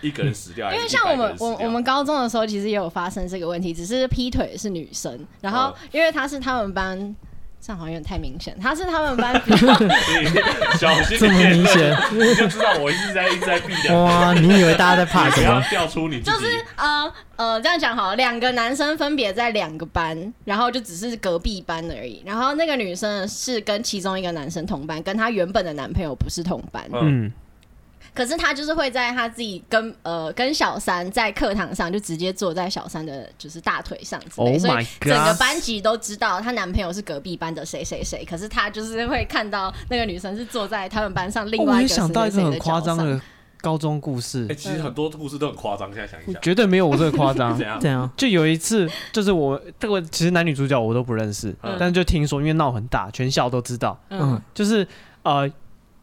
Speaker 4: 一个人死掉，还
Speaker 5: 因为
Speaker 4: 是
Speaker 5: 像我
Speaker 4: 一百个
Speaker 5: 们
Speaker 4: 人死
Speaker 5: 我
Speaker 4: 掉
Speaker 5: 我们高中的时候，其实也有发生这个问题，只是劈腿是女生，然后
Speaker 4: 哦
Speaker 5: 因为她是他们班，这样好像有点太明显，她是他们 班比较
Speaker 4: 你小心
Speaker 2: 这么
Speaker 4: 点
Speaker 2: 明显，
Speaker 4: 你就知道我一直在一直在避掉，
Speaker 2: 哇！你以为大家在怕
Speaker 4: 你
Speaker 2: 什
Speaker 4: 不要
Speaker 2: 么？
Speaker 4: 掉出你自
Speaker 5: 就
Speaker 4: 己
Speaker 5: 是呃呃这样讲好了，两个男生分别在两个班，然后就只是隔壁班而已，然后那个女生是跟其中一个男生同班，跟她原本的男朋友不是同班，
Speaker 4: 嗯
Speaker 1: 嗯，
Speaker 5: 可是她就是会在她自己跟呃跟小三在课堂上就直接坐在小三的就是大腿上之
Speaker 1: Oh
Speaker 5: 类，所以
Speaker 1: my
Speaker 5: 整个
Speaker 1: god！
Speaker 5: 班级都知道她男朋友是隔壁班的谁谁谁，可是她就是会看到那个女生是坐在他们班上另
Speaker 1: 哦
Speaker 5: 外
Speaker 1: 我
Speaker 5: 一
Speaker 1: 也
Speaker 5: 个谁
Speaker 1: 想到
Speaker 5: 谁
Speaker 1: 一个
Speaker 5: 谁的
Speaker 1: 很夸
Speaker 5: 脚
Speaker 1: 张
Speaker 5: 上。
Speaker 1: 的高中故事
Speaker 4: 哎、，其实很多故事都很夸张，现在想一想，
Speaker 1: 绝对没有我这个夸 张
Speaker 4: 怎。样？
Speaker 2: 这样
Speaker 1: 就有一次，就是我这个其实男女主角我都不认识，
Speaker 4: 嗯
Speaker 1: 但就听说，因为闹很大，全校都知道。
Speaker 2: 嗯，
Speaker 1: 就是呃，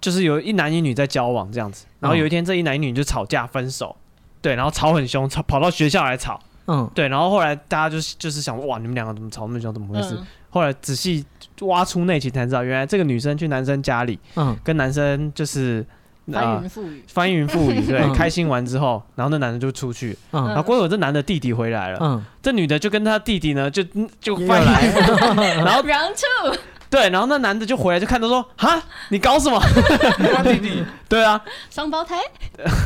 Speaker 1: 就是有一男一女在交往这样子，然后有一天这一男一女就吵架分手，对，然后吵很凶，吵跑到学校来吵，
Speaker 2: 嗯，
Speaker 1: 对，然后后来大家就是就是想哇，你们两个怎么吵那么凶，怎么回事？
Speaker 5: 嗯
Speaker 1: 后来仔细挖出内情才知道，原来这个女生去男生家里
Speaker 2: 嗯，
Speaker 1: 跟男生就是
Speaker 5: 翻
Speaker 1: 呃
Speaker 5: 云覆雨，
Speaker 1: 翻云覆雨，对，
Speaker 2: 嗯
Speaker 1: 开心完之后，然后那男的就出去，
Speaker 2: 嗯
Speaker 1: 然后过一会儿这男的弟弟回来了，
Speaker 2: 嗯，
Speaker 1: 这女的就跟他弟弟呢就嗯就
Speaker 2: 又
Speaker 1: 翻来， 然后
Speaker 5: round two，
Speaker 1: 对，然后那男的就回来就看他说哈，你搞什么？
Speaker 4: 他弟弟
Speaker 1: 对啊，
Speaker 5: 双胞胎，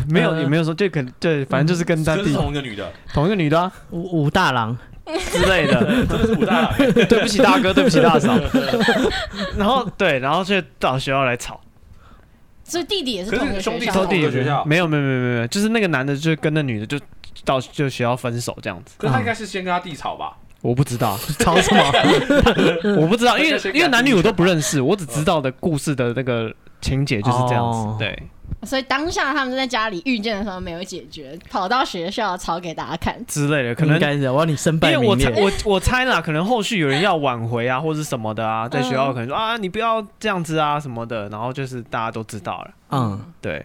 Speaker 1: 没有，
Speaker 2: 呃
Speaker 1: 也没有说，就可对，反正就是跟他
Speaker 4: 这是
Speaker 1: 弟
Speaker 4: 同一个女的，
Speaker 1: 同一个女的啊
Speaker 2: 武武大郎，
Speaker 1: 之类的。
Speaker 2: 嗯
Speaker 4: 真的是武 大郎、欸，
Speaker 1: 对不起大哥，对不起大 嫂。然后对，然后就到学校来吵，
Speaker 5: 所以弟弟也是
Speaker 4: 可是
Speaker 5: 同一个
Speaker 4: 兄
Speaker 5: 学
Speaker 4: 弟
Speaker 5: 校
Speaker 4: 同
Speaker 1: 偷
Speaker 5: 的，
Speaker 1: 弟
Speaker 4: 同个学校
Speaker 1: 没有没有没有没有没有，就是那个男的就跟那女的就到就学校分手这样子。
Speaker 4: 可是他应该
Speaker 2: 嗯
Speaker 4: 是先跟他弟吵吧？
Speaker 1: 我不知道，
Speaker 2: 吵什么？
Speaker 1: 我不知道，因为
Speaker 4: 那就先给他
Speaker 1: 因为男女我都
Speaker 4: 啊
Speaker 1: 不认识，我只知道的故事的那个情节就是这样
Speaker 2: 哦
Speaker 1: 子。对，
Speaker 5: 所以当下他们在家里遇见的时候没有解决，跑到学校吵给大家看。
Speaker 1: 之类的，可能
Speaker 2: 应该是我要你身
Speaker 1: 因
Speaker 2: 败
Speaker 1: 为我
Speaker 2: 名
Speaker 1: 猜
Speaker 2: 裂。
Speaker 1: 我我猜啦，可能后续有人要挽回啊，或者什么的啊，在学校可能说、
Speaker 5: 嗯
Speaker 1: 啊，你不要这样子啊什么的，然后就是大家都知道了，
Speaker 2: 嗯
Speaker 1: 对，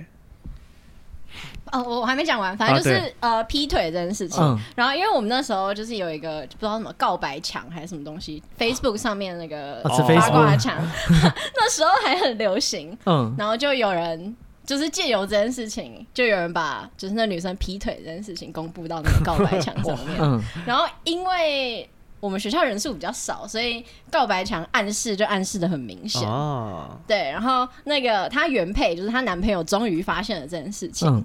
Speaker 5: 哦，我我还没讲完，反
Speaker 1: 啊
Speaker 5: 正就是、呃劈腿这件事情。
Speaker 2: 嗯
Speaker 5: 然后因为我们那时候就是有一个不知道什么告白墙还是什么东西，Facebook 上面那个
Speaker 2: 哦
Speaker 1: 是
Speaker 5: 八卦
Speaker 2: Facebook
Speaker 5: 墙， 那时候还很流行。
Speaker 2: 嗯，
Speaker 5: 然后就有人就是借由这件事情，就有人把就是那女生劈腿这件事情公布到那个告白墙上面。
Speaker 2: 嗯，
Speaker 5: 然后因为我们学校人数比较少，所以告白墙暗示就暗示的很明显。
Speaker 1: 哦，
Speaker 5: 啊对，然后那个她原配就是她男朋友终于发现了这件事情，
Speaker 2: 嗯，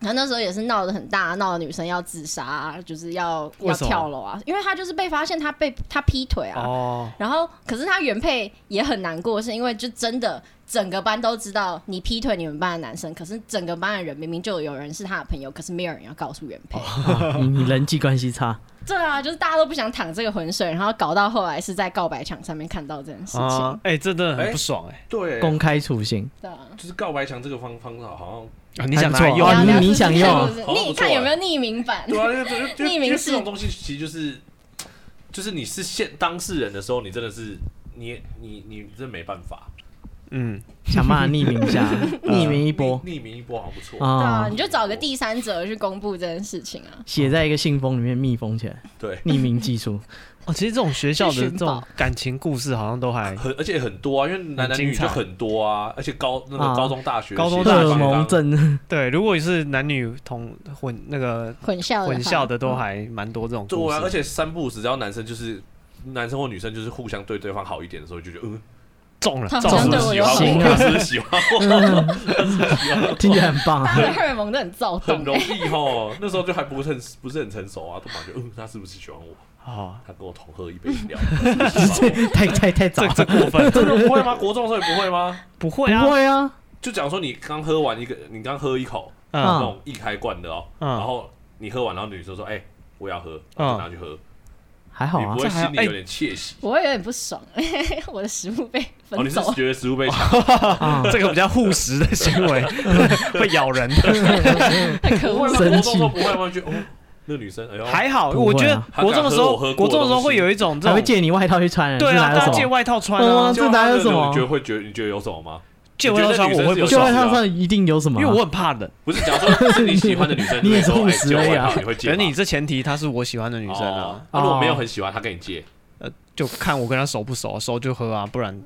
Speaker 5: 然后那时候也是闹得很大，闹的女生要自杀啊、就是要
Speaker 1: 为
Speaker 5: 要
Speaker 1: 什么
Speaker 5: 跳楼啊，因为她就是被发现她被她劈腿啊，
Speaker 1: 哦，
Speaker 5: 然后，可是他原配也很难过，是因为就真的整个班都知道你劈腿你们班的男生，可是整个班的人明明就有人是他的朋友，可是没有人要告诉原配。
Speaker 1: 哦
Speaker 2: 啊你你人际关系差，
Speaker 5: 对啊，就是大家都不想淌这个浑水，然后搞到后来是在告白墙上面看到这件事情。
Speaker 1: 啊，哎，真的很不爽哎。
Speaker 4: 对，
Speaker 2: 公开处刑。
Speaker 5: 对啊，
Speaker 4: 就是告白墙这个方方法好
Speaker 1: 啊你想
Speaker 2: 还不
Speaker 1: 拿
Speaker 2: 错
Speaker 1: 来用
Speaker 2: 哦
Speaker 5: 你
Speaker 2: 你
Speaker 5: 要聊
Speaker 2: 你
Speaker 5: 是
Speaker 2: 想
Speaker 5: 不是
Speaker 1: 啊
Speaker 2: 要
Speaker 5: 是不是
Speaker 1: 哦
Speaker 4: 好
Speaker 5: 你
Speaker 4: 不错
Speaker 5: 看有
Speaker 4: 哎
Speaker 5: 没有匿名版
Speaker 4: 像，？ 对啊，因为因为因为
Speaker 5: 匿名
Speaker 4: 因为
Speaker 5: 是
Speaker 4: 这种东西其实就是，就是你是现当事人的时候，你真的是你你你真没办法，
Speaker 1: 嗯，
Speaker 2: 想办法匿名一下，匿名一波
Speaker 4: 匿匿名一波好像不错，
Speaker 5: 对
Speaker 2: 啊
Speaker 5: 啊，你，就找个第三者去公布这件事情啊。
Speaker 2: 写在一个信封里面密封起来，
Speaker 4: 对，
Speaker 2: 匿名寄出。
Speaker 1: 哦，其实这种学校的
Speaker 5: 去
Speaker 1: 这
Speaker 5: 寻宝
Speaker 1: 种感情故事好像都 还
Speaker 4: 很而且很多啊，因为男男女
Speaker 1: 很
Speaker 4: 女
Speaker 1: 精彩
Speaker 4: 就很多啊，而且高那个
Speaker 2: 啊
Speaker 4: 高中大学、
Speaker 1: 高中
Speaker 4: 大
Speaker 1: 大学
Speaker 2: 荷蒙症，
Speaker 1: 对。如果是男女同混那个
Speaker 5: 混校的
Speaker 1: 混
Speaker 5: 话
Speaker 1: 校的，都还蛮多这种
Speaker 4: 对
Speaker 1: 故
Speaker 4: 啊，而
Speaker 1: 事。
Speaker 4: 且三不五时，只要男生就是男生或女生就是互相对对方好一点的时候，就觉得嗯，
Speaker 1: 中了，
Speaker 5: 他好
Speaker 1: 中
Speaker 5: 像
Speaker 4: 是
Speaker 5: 对
Speaker 4: 不
Speaker 1: 了。
Speaker 5: 我
Speaker 4: 是喜
Speaker 5: 有
Speaker 4: 欢
Speaker 5: 好
Speaker 2: 行
Speaker 4: 我，
Speaker 5: 感，
Speaker 2: 啊
Speaker 4: 他是不是喜欢我，
Speaker 2: 听起来很棒
Speaker 5: 大
Speaker 2: 啊。
Speaker 5: 家的 荷尔蒙都很躁
Speaker 4: 很
Speaker 5: 动。
Speaker 4: 容易吼。那时候就还不是很不是很成熟啊，都感觉嗯，他是不是喜欢我？
Speaker 1: 哦，
Speaker 4: 他跟我同喝一杯饮料，他是不是喜欢
Speaker 2: 太太太早
Speaker 1: 这
Speaker 2: 了，
Speaker 1: 这过分，
Speaker 4: 我真的不会吗？国中的时候也不会吗？
Speaker 1: 不
Speaker 2: 不
Speaker 1: 会啊，
Speaker 2: 会啊，
Speaker 4: 就讲说你刚喝完一个，你刚喝一口那
Speaker 1: 嗯
Speaker 2: 啊
Speaker 4: 种一开罐的哦，
Speaker 1: 嗯
Speaker 4: 然后你喝完，然后女生说哎，我也要喝，然后就拿去喝，
Speaker 2: 还好
Speaker 4: 你
Speaker 2: 啊
Speaker 4: 不。会心
Speaker 1: 这还
Speaker 4: 里有点窃喜。
Speaker 5: 我会有点不爽， 我的食物被
Speaker 4: 哦，你
Speaker 5: 哎分
Speaker 4: 是
Speaker 5: 走。
Speaker 4: 觉得食物被抢？
Speaker 2: 啊，
Speaker 1: 这个比较护食的行为， 会咬人的。
Speaker 4: 不 会吗？
Speaker 2: 生
Speaker 4: 国
Speaker 2: 气
Speaker 4: 中都不会吗？就哦，那个女生，哎呦，
Speaker 1: 还好，
Speaker 2: 不会啊
Speaker 1: 我觉得
Speaker 4: 他敢
Speaker 1: 国中的时
Speaker 4: 喝
Speaker 1: 候
Speaker 4: 我喝，
Speaker 1: 国
Speaker 4: 过的
Speaker 1: 中的时候
Speaker 4: 东西
Speaker 1: 会有一种这
Speaker 2: 还会
Speaker 1: 种，
Speaker 2: 借你外套去穿，
Speaker 1: 对啊，
Speaker 2: 这
Speaker 1: 大
Speaker 2: 哪
Speaker 1: 家
Speaker 2: 有
Speaker 1: 借
Speaker 2: 什么？
Speaker 1: 外套穿啊
Speaker 2: 嗯，这哪有什么
Speaker 4: 你觉得会觉得你觉得有什么吗？
Speaker 1: 借外套穿
Speaker 4: 你
Speaker 1: 我
Speaker 4: 觉得
Speaker 1: 会
Speaker 4: 女
Speaker 1: 不
Speaker 4: 生
Speaker 2: 借
Speaker 4: 是有
Speaker 1: 爽
Speaker 2: 外
Speaker 4: 手
Speaker 2: 套上一定有什么啊？
Speaker 1: 因为我很怕冷。
Speaker 4: 不是，假如说是你喜欢的女生，
Speaker 2: 你也
Speaker 4: 会
Speaker 2: 是
Speaker 4: 说
Speaker 2: 务
Speaker 4: 哎
Speaker 2: 实
Speaker 4: 借我
Speaker 2: 而已啊
Speaker 4: 外套你会
Speaker 1: 可
Speaker 4: 借
Speaker 1: 是
Speaker 4: 吗？
Speaker 1: 你这前提她是我喜欢的女生
Speaker 4: 哦
Speaker 1: 啊，，
Speaker 4: 那如果没有很喜欢，她跟你借，
Speaker 1: 就看我跟她熟不熟，熟就喝啊，不然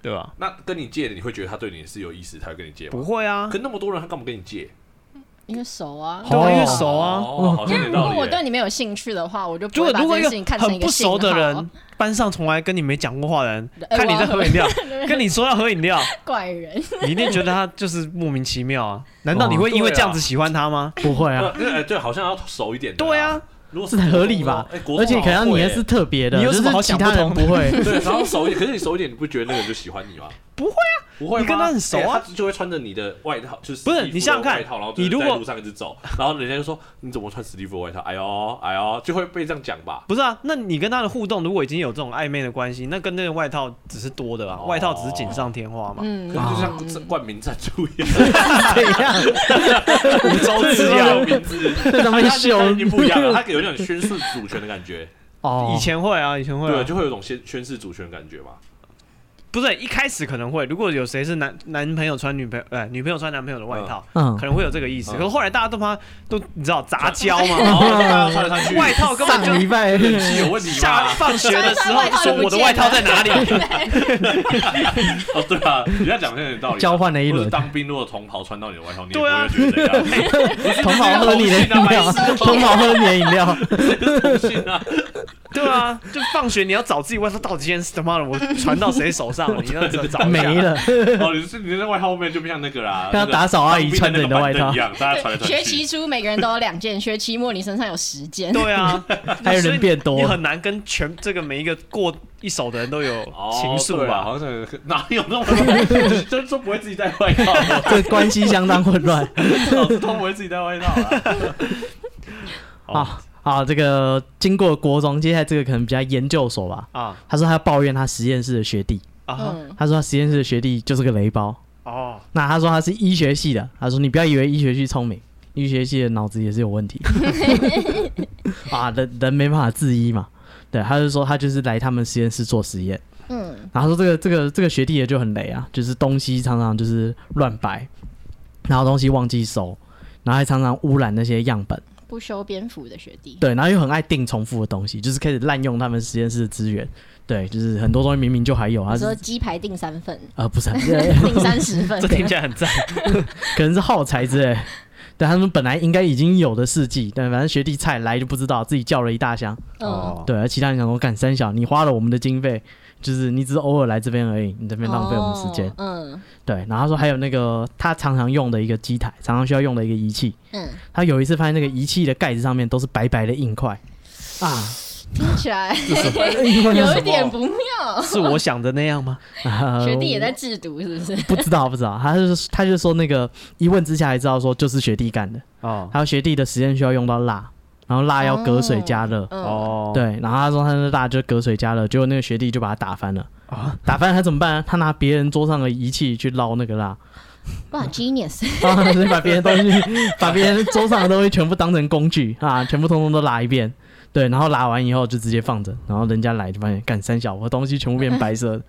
Speaker 1: 对吧？
Speaker 4: 那跟你借的，你会觉得她对你是有意思，她会跟你借吗
Speaker 1: 不？会啊，
Speaker 4: 可那么多人，她干嘛跟你借？
Speaker 5: 因为熟啊，
Speaker 1: 对啊，因为
Speaker 2: 哦
Speaker 1: 熟啊。
Speaker 4: 哦，好像有
Speaker 5: 如
Speaker 4: 道
Speaker 5: 果
Speaker 4: 理
Speaker 5: 我对
Speaker 4: 耶。
Speaker 5: 你没有兴趣的话，我就不
Speaker 1: 如果
Speaker 5: 会把
Speaker 1: 如
Speaker 5: 这
Speaker 1: 果
Speaker 5: 件
Speaker 1: 一
Speaker 5: 事情看成
Speaker 1: 很
Speaker 5: 一个
Speaker 1: 不熟
Speaker 5: 信
Speaker 1: 的
Speaker 5: 号
Speaker 1: 人，班上从来跟你没讲过话的人，
Speaker 5: 呃
Speaker 1: 看你在喝饮料，跟你说要喝饮料，
Speaker 5: 怪人，
Speaker 1: 你一定觉得他就是莫名其妙啊？难道你
Speaker 2: 哦
Speaker 1: 会因为
Speaker 4: 对啊
Speaker 1: 这样子喜欢他吗？
Speaker 2: 不会啊，
Speaker 4: 呃，对，好像要熟一点。
Speaker 1: 对啊，，
Speaker 4: 如果
Speaker 2: 这才合理吧
Speaker 4: 哎国中
Speaker 2: 而且可能你还
Speaker 4: 好像会哎
Speaker 2: 是特别的，
Speaker 1: 你
Speaker 2: 就
Speaker 1: 有什
Speaker 2: 是
Speaker 1: 么好
Speaker 2: 其
Speaker 1: 想
Speaker 2: 他人不 会。
Speaker 4: 对，然后熟一点，可是你熟一点，你不觉得那个人就喜欢你吗？
Speaker 1: 不会
Speaker 4: 啊，不会吗，
Speaker 1: 你跟他很熟啊
Speaker 4: 哎他就会穿着你的外套，就是
Speaker 1: 不是
Speaker 4: 史蒂夫的
Speaker 1: 你想想看
Speaker 4: 外套，然后就
Speaker 1: 你
Speaker 4: 是
Speaker 1: 如
Speaker 4: 在
Speaker 1: 果
Speaker 4: 路上一直走，然后人家就说你怎么穿史蒂夫的外套？哎呦哎呦，就会被这样讲吧？
Speaker 1: 不是啊，那你跟他的互动如果已经有这种暧昧的关系，那跟那个外套只是多的啊，
Speaker 4: 哦
Speaker 1: 外套只是锦上添花嘛。
Speaker 5: 嗯
Speaker 4: 可是，就像这冠名赞助一样，
Speaker 2: 怎样？
Speaker 1: 五洲之
Speaker 4: 这样
Speaker 1: 遥
Speaker 4: 的，啊名字，
Speaker 2: 在上面
Speaker 4: 他
Speaker 2: 秀
Speaker 4: 已经不一样了，他有点宣示主权的感觉，
Speaker 2: 哦，
Speaker 1: 以前会啊，以前会、
Speaker 4: 对，
Speaker 1: 啊，
Speaker 4: 就会有种宣宣示主权的感觉嘛。
Speaker 1: 不是一开始可能会，如果有谁是男男朋友穿女朋友，呃，女朋友穿男朋友的外套，
Speaker 2: 嗯
Speaker 1: 可，能会有这个意思。
Speaker 4: 嗯
Speaker 1: 可是后来大家都他妈都你知道杂交
Speaker 4: 然
Speaker 1: 嘛，
Speaker 4: 后大家穿来穿去，
Speaker 1: 外套根本就
Speaker 2: 上礼拜
Speaker 4: 冷气有问题
Speaker 1: 下
Speaker 4: 吧？
Speaker 1: 放学的 时候
Speaker 5: 外套就
Speaker 1: 说
Speaker 5: 不
Speaker 1: 我的
Speaker 5: 见了
Speaker 1: 外套在哪里？
Speaker 4: 哦，对啊，人家讲的很有道理啊。
Speaker 2: 交换了一
Speaker 4: 或
Speaker 2: 轮
Speaker 4: 是，当兵如果同袍穿到你的外套，你也不
Speaker 1: 对啊
Speaker 4: 会觉得怎 样。
Speaker 2: 同袍喝你的饮料， 同袍喝你的 饮料，
Speaker 1: 对啊，就放学你要找自己外套到底今天是他妈的我传到谁手上了，你要 找一下
Speaker 2: 没。 了。
Speaker 4: 哦，你是你在外套后面就不像那 个啦，
Speaker 2: 刚刚打扫阿姨穿着你的外套
Speaker 4: 当兵那个板凳一样，大家传来传去。
Speaker 5: 嗯学期初每个人都有两件，学期末你身上有十件，
Speaker 1: 对啊，
Speaker 2: 还有人
Speaker 1: 所以
Speaker 2: 变多
Speaker 1: 你很难跟全这个每一个过一手的人都有
Speaker 4: 哦
Speaker 1: 情愫
Speaker 4: 对啊
Speaker 1: 吧？
Speaker 4: 好像是哪有那么真说不会自己带外套，
Speaker 2: 这关系相当混乱
Speaker 4: 老
Speaker 5: 嗯
Speaker 4: 师都不会自己带外套啊。
Speaker 2: 啊！好，这个经过国中，接下来这个可能比较研究所吧。
Speaker 1: 啊
Speaker 2: 他说他抱怨他实验室的学弟，
Speaker 1: 啊哈
Speaker 5: 嗯，
Speaker 2: 他说他实验室的学弟就是个雷包。
Speaker 1: 哦，
Speaker 2: 那他说他是医学系的，他说你不要以为医学系聪明，医学系的脑子也是有问 题啊，人人没办法自医嘛。对，他就说他就是来他们实验室做实验，
Speaker 5: 嗯，
Speaker 2: 然后说这个这个这个学弟也就很雷啊，就是东西常常就是乱摆，然后东西忘记收，然后还常常污染那些样本，
Speaker 5: 不修边幅的学弟，
Speaker 2: 对，然后又很爱定重复的东西，就是开始滥用他们实验室的资源，对，就是很多东西明明就还有，他
Speaker 5: 你
Speaker 2: 是
Speaker 5: 说鸡排订三 份，
Speaker 2: 呃不是，
Speaker 5: 订三十份
Speaker 1: 这，听起来很赞。
Speaker 2: 可能是耗材之类。对他们本来应该已经有的试剂，但反正学弟菜来就不知道，自己叫了一大箱。
Speaker 5: 嗯，
Speaker 2: 对，而其他人想说，干三小，你花了我们的经费，就是你只是偶尔来这边而已，你这边浪费我们时间。
Speaker 5: 哦
Speaker 2: 对，然后他说还有那个他常常用的一个机台，常常需要用的一个仪器，
Speaker 3: 嗯嗯，
Speaker 2: 他有一次发现那个仪器的盖子上面都是白白的硬块啊，
Speaker 5: 嗯，听起来
Speaker 2: 英文
Speaker 5: 有
Speaker 2: 是
Speaker 5: 一点不妙。
Speaker 1: 是我想的那样吗？
Speaker 2: 啊
Speaker 5: 学弟也在制毒，是不是？
Speaker 2: 不知道不知道，他就是他就说那个一问之下才知道说就是学弟干的，
Speaker 1: 哦
Speaker 2: 还有学弟的实验需要用到蜡，然后蜡要隔水加热。
Speaker 5: 嗯，
Speaker 1: 哦，
Speaker 2: 对，然后他说他的蜡就隔水加热，结果那个学弟就把他打翻了。
Speaker 1: 啊，
Speaker 2: 打翻了他怎么办、他拿别人桌上的仪器去捞那个蜡，
Speaker 3: 哇，genius，
Speaker 2: 啊，所以把别人东西，把别人桌上的东西全部当成工具啊，全部通通都拉一遍。对，然后拉完以后就直接放着，然后人家来就发现，干三小，我东西全部变白色的，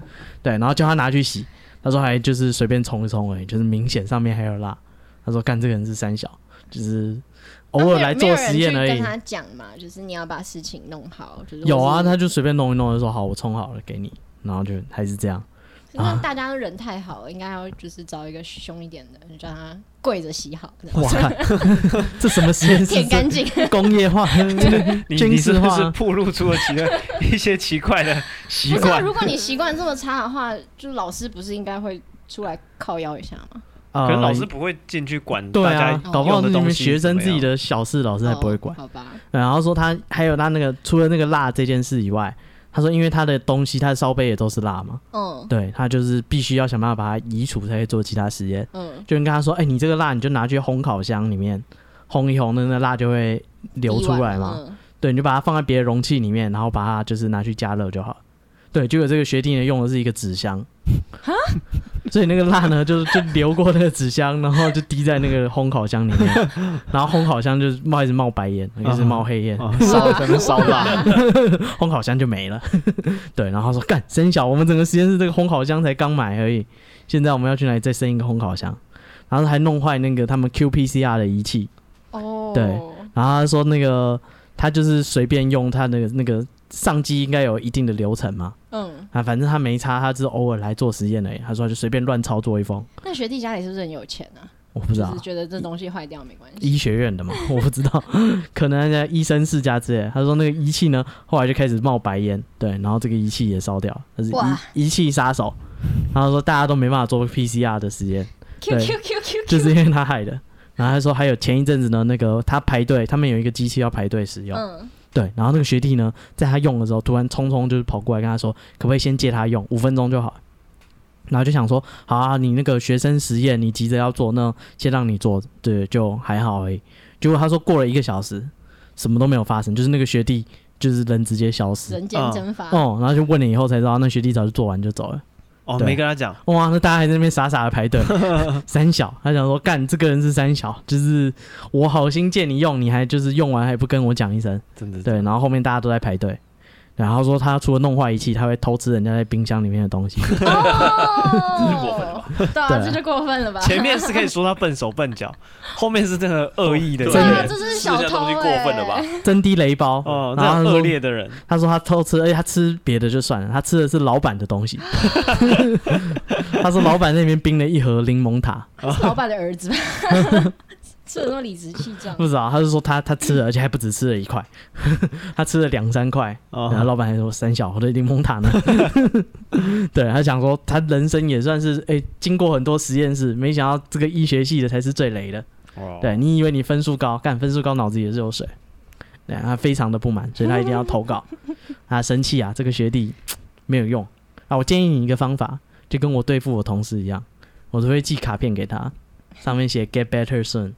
Speaker 2: 对，然后叫他拿去洗，他说还就是随便冲一冲而已，就是明显上面还有蜡。他说干这个人是三小，就是偶尔来做实验
Speaker 5: 啊没有
Speaker 2: 而
Speaker 5: 人
Speaker 2: 已
Speaker 5: 去跟。他讲嘛，就是你要把事情弄好。就是
Speaker 2: 有啊，
Speaker 5: 或是
Speaker 2: 他就随便弄一弄，就说好，我冲好了给你，然后就还是 这样。
Speaker 5: 那大家人太好了，应该要就是找一个凶一点的，就叫他跪着洗好，这样
Speaker 2: 哇， 这什么实验室？
Speaker 5: 舔干净。
Speaker 2: 工业化、
Speaker 1: 你
Speaker 2: 军
Speaker 1: 你是
Speaker 2: 事
Speaker 1: 不
Speaker 2: 化
Speaker 1: 是暴露出了其他一些奇怪 的习
Speaker 5: 不是啊，
Speaker 1: 惯？
Speaker 5: 如果你习惯这么差的话，就老师不是应该会出来靠腰一下吗？
Speaker 2: 啊
Speaker 1: 可能老师不会进去管
Speaker 2: 对
Speaker 1: 大
Speaker 2: 啊
Speaker 1: 家，
Speaker 2: 搞不
Speaker 1: 用
Speaker 2: 好是
Speaker 1: 的
Speaker 2: 你
Speaker 1: 东
Speaker 2: 们
Speaker 1: 西
Speaker 2: 学生
Speaker 1: 怎么
Speaker 2: 自己
Speaker 1: 样
Speaker 2: 的小事，老师还不会管
Speaker 5: 哦。好吧，
Speaker 2: 对然后说他还有他那个除了那个蜡这件事以外，他说因为他的东西，他的烧杯也都是蜡嘛，
Speaker 5: 嗯
Speaker 2: 对他就是必须要想办法把它移除，才可以做其他实验。
Speaker 5: 嗯，
Speaker 2: 就跟他说，哎、你这个蜡你就拿去烘烤箱里面烘一烘，那那蜡就会流出来嘛。
Speaker 5: 嗯
Speaker 2: 对，你就把它放在别的容器里面，然后把它就是拿去加热就好。对，结果这个学弟呢用的是一个纸箱， 所以那个蜡呢就就流过那个纸箱，然后就滴在那个烘烤箱里面，然后烘烤箱就是冒一直冒白烟，一直冒黑烟，
Speaker 1: 啊
Speaker 5: 哇
Speaker 1: 烧在那烧蜡，
Speaker 2: 烘烤箱就没了。 对，然后他说干生小，我们整个实验室这个烘烤箱才刚买而已，现在我们要去哪里再生一个烘烤箱？然后还弄坏那个他们 QPCR 的仪器，
Speaker 5: 哦，
Speaker 2: 对然后他说那个他就是随便用他那个那个上机应该有一定的流程嘛，
Speaker 5: 嗯，
Speaker 2: 啊，反正他没差，他只是偶尔来做实验而已。他说他就随便乱操作一通，
Speaker 5: 那学弟家里是不是很有钱啊？
Speaker 2: 我不知
Speaker 5: 就
Speaker 2: 道
Speaker 5: 是觉得这东西坏掉没关系。
Speaker 2: 医学院的嘛， 我不知道，可能人家医生世家之类的。他说那个仪器呢，后来就开始冒白烟，对，然后这个仪器也烧掉了，他是
Speaker 5: 哇
Speaker 2: 仪仪器杀手。然后说大家都没办法做 PCR 的实验，
Speaker 5: Q
Speaker 2: 对
Speaker 5: Q Q Q，
Speaker 2: 就是因为他害的。然后他说还有前一阵子呢，那个他排队，他们有一个机器要排队使用，
Speaker 5: 嗯，
Speaker 2: 对，然后那个学弟呢，在他用的时候，突然匆匆就是跑过来跟他说，可不可以先借他用五分钟就好。然后就想说，好啊，你那个学生实验，你急着要做，那先让你做，对，就还好而已。结果他说过了一个小时，什么都没有发生，就是那个学弟就是人直接消失。
Speaker 5: 人间蒸发。
Speaker 2: 哦、然后就问了以后才知道，那学弟早就做完就走了。
Speaker 1: 哦，
Speaker 2: 对
Speaker 1: 没跟他讲，
Speaker 2: 哇，那大家还在那边傻傻的排队，三小，他想说干这个人是三小，就是我好心借你用，你还就是用完还不跟我讲一声。
Speaker 1: 真的
Speaker 2: 对，然后后面大家都在排队。然后他说他除了弄坏仪器，他会偷吃人家在冰箱里面的东西。
Speaker 5: 哦，对啊，
Speaker 2: 对
Speaker 5: 这就过分了吧？
Speaker 1: 前面是可以说他笨手笨脚，后面是真的恶意的
Speaker 4: 对
Speaker 5: 对啊，
Speaker 1: 人
Speaker 5: 这，是
Speaker 4: 试
Speaker 5: 小
Speaker 4: 一下
Speaker 5: 偷
Speaker 4: 东西过分了吧
Speaker 5: 哎？
Speaker 2: 真滴雷包，
Speaker 1: 哦，这
Speaker 2: 然后
Speaker 1: 样
Speaker 2: 他
Speaker 1: 恶
Speaker 2: 说
Speaker 1: 劣的人，
Speaker 2: 他说他偷吃，而且他吃别的就算了，他吃的是老板的东西。 他说老板那边冰了一盒柠檬塔，
Speaker 5: 是老板的儿 子吧？吃的那么理直气壮
Speaker 2: 不。知道，他就说他他吃了，而且还不止吃了一块， 他吃了两三块。
Speaker 1: 哦
Speaker 2: 然后老板还说三小我的柠檬塔呢， 对他想说他人生也算是哎、经过很多实验室，没想到这个医学系的才是最雷的。
Speaker 1: 哦
Speaker 2: 对你以为你分数高，干分数高脑子也是有水，对他非常的不满，所以他一定要 投稿，他生气啊，这个学弟没有用啊，我建议你一个方法，就跟我对付我同事一样，我都会寄卡片给他，上面写 “Get better soon”。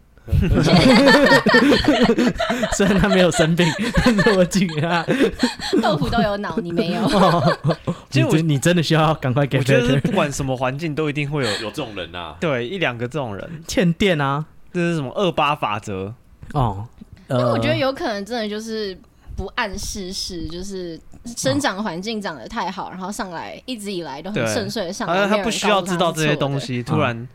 Speaker 2: 虽然他没有生病，但是我寄给他。
Speaker 5: 豆腐都有脑，你没 有。
Speaker 1: 其实
Speaker 2: 其实
Speaker 1: 我
Speaker 2: 你真你真的需要赶快 get
Speaker 1: 我觉得是
Speaker 2: better，
Speaker 1: 不管什么环境都一定会有，
Speaker 4: 有这种人啊，
Speaker 1: 对一两个这种人，
Speaker 2: 欠电啊。
Speaker 1: 这是什么二八法则？
Speaker 2: 哦，
Speaker 5: 但
Speaker 2: 呃，
Speaker 5: 我觉得有可能真的就是不谙世事，就是生长环境长得太好，然后上来一直以来都很
Speaker 1: 对
Speaker 5: 顺遂的上
Speaker 1: 好
Speaker 5: 来，
Speaker 1: 像
Speaker 5: 没有
Speaker 1: 他
Speaker 5: 人
Speaker 1: 不需要
Speaker 5: 告诉
Speaker 1: 知道
Speaker 5: 他
Speaker 1: 这
Speaker 5: 是
Speaker 1: 些
Speaker 5: 错的
Speaker 1: 东。西，
Speaker 4: 嗯
Speaker 1: 突然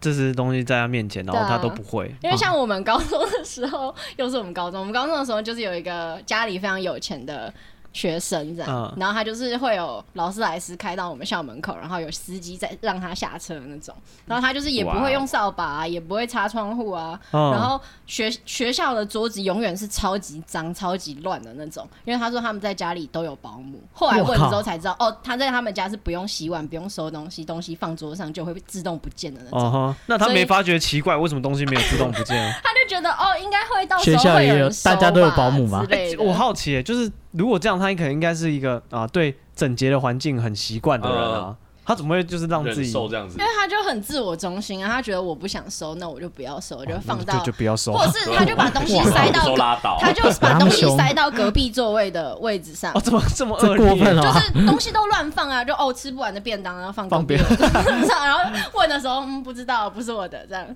Speaker 1: 这些东西在他面前，然后
Speaker 5: 对啊
Speaker 1: 他都不会。
Speaker 5: 因为像我们高中的时候，又是我们高中，我们高中的时候就是有一个家里非常有钱的学生这样，
Speaker 1: 嗯
Speaker 5: 然后他就是会有劳斯莱斯开到我们校门口，然后有司机在让他下车的那种，然后他就是也不
Speaker 4: 哇哦
Speaker 5: 会用扫把、啊，也不会擦窗户啊，
Speaker 1: 嗯
Speaker 5: 然后学学校的桌子永远是超级脏、超级乱的那种，因为他说他们在家里都有保姆。后来问之后才知道，哦，他在他们家是不用洗碗、不用收东西，东西放桌上就会自动不见的那种。
Speaker 1: 哦哈，那他
Speaker 5: 所以
Speaker 1: 没发觉奇怪，为什么东西没有自动不见 啊？
Speaker 5: 他就觉得哦，应该会到时
Speaker 2: 学
Speaker 5: 候
Speaker 2: 校
Speaker 5: 会
Speaker 2: 也有
Speaker 5: 人收
Speaker 2: 大家都有保姆
Speaker 5: 吧
Speaker 2: 吧
Speaker 5: 之类的。
Speaker 1: 哎我好奇耶，就是如果这样，他可能应该是一个啊，对整洁的环境很习惯的人啊，他怎么会就是让自
Speaker 4: 嗯忍
Speaker 1: 己
Speaker 4: 受这样子
Speaker 5: 因为，他就很自我中心啊，他觉得我不想收，那我就不要收，就
Speaker 1: 哦
Speaker 4: 嗯
Speaker 5: 放
Speaker 1: 那
Speaker 5: 到
Speaker 1: 就，不要收
Speaker 5: 或
Speaker 1: 啊？
Speaker 5: 者是他就把东西塞到
Speaker 4: 手
Speaker 5: 隔，
Speaker 4: 拉倒，
Speaker 5: 他就把东西
Speaker 2: 拿不
Speaker 5: 塞到隔壁座位的位置上
Speaker 1: 哦，。这么这么
Speaker 2: 这
Speaker 1: 恶
Speaker 2: 过
Speaker 1: 劣
Speaker 2: 分了啊
Speaker 5: 就
Speaker 2: 吧？
Speaker 5: 是东西都乱放啊，就哦吃不完的便当，然后放
Speaker 1: 放
Speaker 5: 隔壁的 然后问的时候嗯不知道不是我的这样，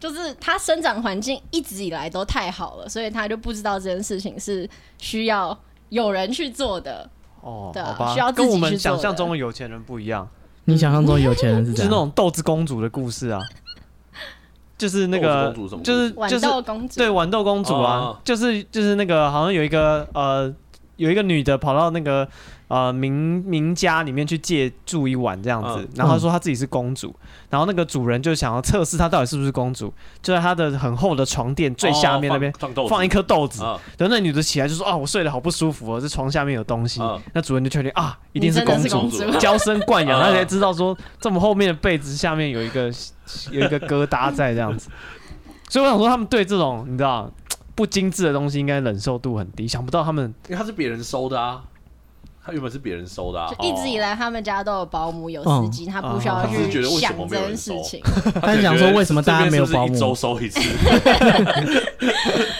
Speaker 5: 就是他生长环境一直以来都太好了，所以他就不知道这件事情是需要有人去做的。
Speaker 1: 哦，
Speaker 5: 对啊
Speaker 1: 好吧
Speaker 5: 需要，自
Speaker 1: 跟
Speaker 5: 己
Speaker 1: 我
Speaker 5: 去
Speaker 1: 们
Speaker 5: 做
Speaker 1: 想象
Speaker 5: 的
Speaker 1: 中的有钱人不一样，
Speaker 2: 你想象中有钱人是
Speaker 1: 就
Speaker 2: 这
Speaker 1: 是那
Speaker 2: 样？
Speaker 1: 种豆子公主的故事啊，就是那个
Speaker 4: 豆子公主是什么故事
Speaker 1: 就是
Speaker 5: 豌
Speaker 1: 就是
Speaker 5: 豆公主，
Speaker 1: 对，豌豆公主啊，
Speaker 4: 哦
Speaker 1: 就是就是那个好像有一个呃，有一个女的跑到那个呃名名家里面去借住一晚这样子，
Speaker 4: 嗯
Speaker 1: 然后她说她自己是公主，然后那个主人就想要测试她到底是不是公主，就在她的很厚的床垫最下面那边
Speaker 4: 哦。放放
Speaker 1: 放一
Speaker 4: 一
Speaker 1: 颗豆子，
Speaker 4: 啊，
Speaker 1: 然后那女的起来就说：“啊，我睡得好不舒服哦，这床下面有东西。
Speaker 4: 嗯
Speaker 1: 那主人就确定啊，一
Speaker 5: 你
Speaker 1: 定是
Speaker 5: 真的
Speaker 1: 公
Speaker 5: 是
Speaker 1: 主，
Speaker 5: 公
Speaker 4: 公
Speaker 5: 主
Speaker 4: 主，
Speaker 1: 娇生惯养，
Speaker 4: 嗯
Speaker 1: 她才知道说这么后面的被子下面有一个有一个疙瘩在这样子。所以我想说，他们对这种你知道不精致的东西应该忍受度很低，想不到他们
Speaker 4: 因为他是别人收的啊，他原本是别人收的啊，
Speaker 5: 就一直以来他们家都有保姆有司机，他不需要
Speaker 1: 哦
Speaker 4: 他只是觉
Speaker 5: 去
Speaker 4: 得为什
Speaker 5: 想
Speaker 4: 么
Speaker 5: 这
Speaker 4: 没有
Speaker 5: 件
Speaker 4: 人
Speaker 5: 事
Speaker 4: 收
Speaker 5: 情。
Speaker 4: 哦他
Speaker 2: 他想说为什么大家没有保
Speaker 4: 这边是不是
Speaker 2: 姆
Speaker 4: 一周收一次，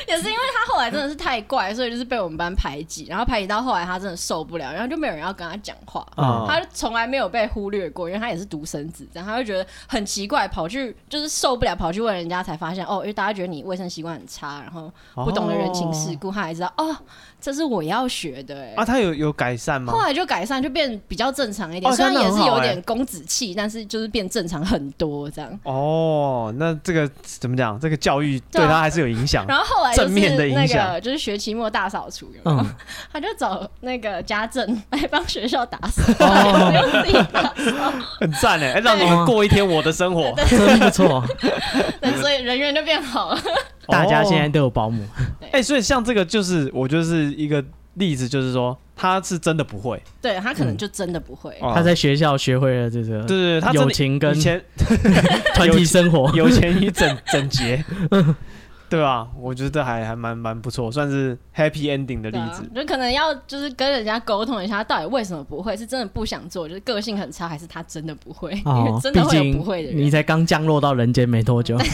Speaker 5: 也是因为他后来真的是太怪，所以就是被我们班排挤，然后排挤到后来他真的受不了，然后就没有人要跟他讲话。
Speaker 1: 啊，
Speaker 5: 他从来没有被忽略过，因为他也是独生子，然后他就觉得很奇怪，跑去就是受不了，跑去问人家才发现哦，因为大家觉得你卫生习惯很差，然后不懂得人情世故，他还知道哦，这是我要学的哎、
Speaker 1: 啊，他有有改善吗
Speaker 5: 后？来就改善，就变比较正常一点，
Speaker 1: 哦
Speaker 5: 虽然
Speaker 1: 那
Speaker 5: 也
Speaker 1: 很
Speaker 5: 是
Speaker 1: 好
Speaker 5: 有
Speaker 1: 欸
Speaker 5: 点公子气，但是就是变正常很多这样。
Speaker 1: 哦，那这个怎么讲？这个教育
Speaker 5: 对
Speaker 1: 对
Speaker 5: 啊
Speaker 1: 他还是有影响。
Speaker 5: 然后后来就是
Speaker 1: 正面的影
Speaker 5: 那个
Speaker 1: 响哦
Speaker 5: 就是学期末大扫除有没有，
Speaker 2: 嗯，
Speaker 5: 他就找那个家政 来帮学校打扫，
Speaker 2: 哦
Speaker 5: 不用自己打扫，
Speaker 1: 很赞哎，哎让你
Speaker 2: 对
Speaker 1: 们过一天我的生活。
Speaker 2: 真不错。
Speaker 5: 对，所以人缘就变好 了。
Speaker 2: 大家现在
Speaker 1: 哦
Speaker 2: 都有保姆，
Speaker 1: 哎，所以像这个就是我就是一个例子，就是说他是真的不会，
Speaker 5: 对他可能就真的不会，
Speaker 1: 他
Speaker 2: 他在学校学会了这个
Speaker 1: 哦对对对，哦他真的
Speaker 2: 友情跟
Speaker 1: 以前
Speaker 2: 团体生活。
Speaker 1: 有钱与整整洁，对吧？我觉得还还蛮蛮不错，算是 happy ending 的例
Speaker 5: 对啊
Speaker 1: 子。，
Speaker 5: 就可能要就是跟人家沟通一下，他到底为什么不会，是真的不想做，就是个性很差，还是他真的不会？ 因 为
Speaker 2: 哦
Speaker 5: 真，
Speaker 2: 毕
Speaker 5: 的会有
Speaker 2: 竟
Speaker 5: 不会的
Speaker 2: 你
Speaker 5: 人。
Speaker 2: 才刚降落到人 间没多久，啊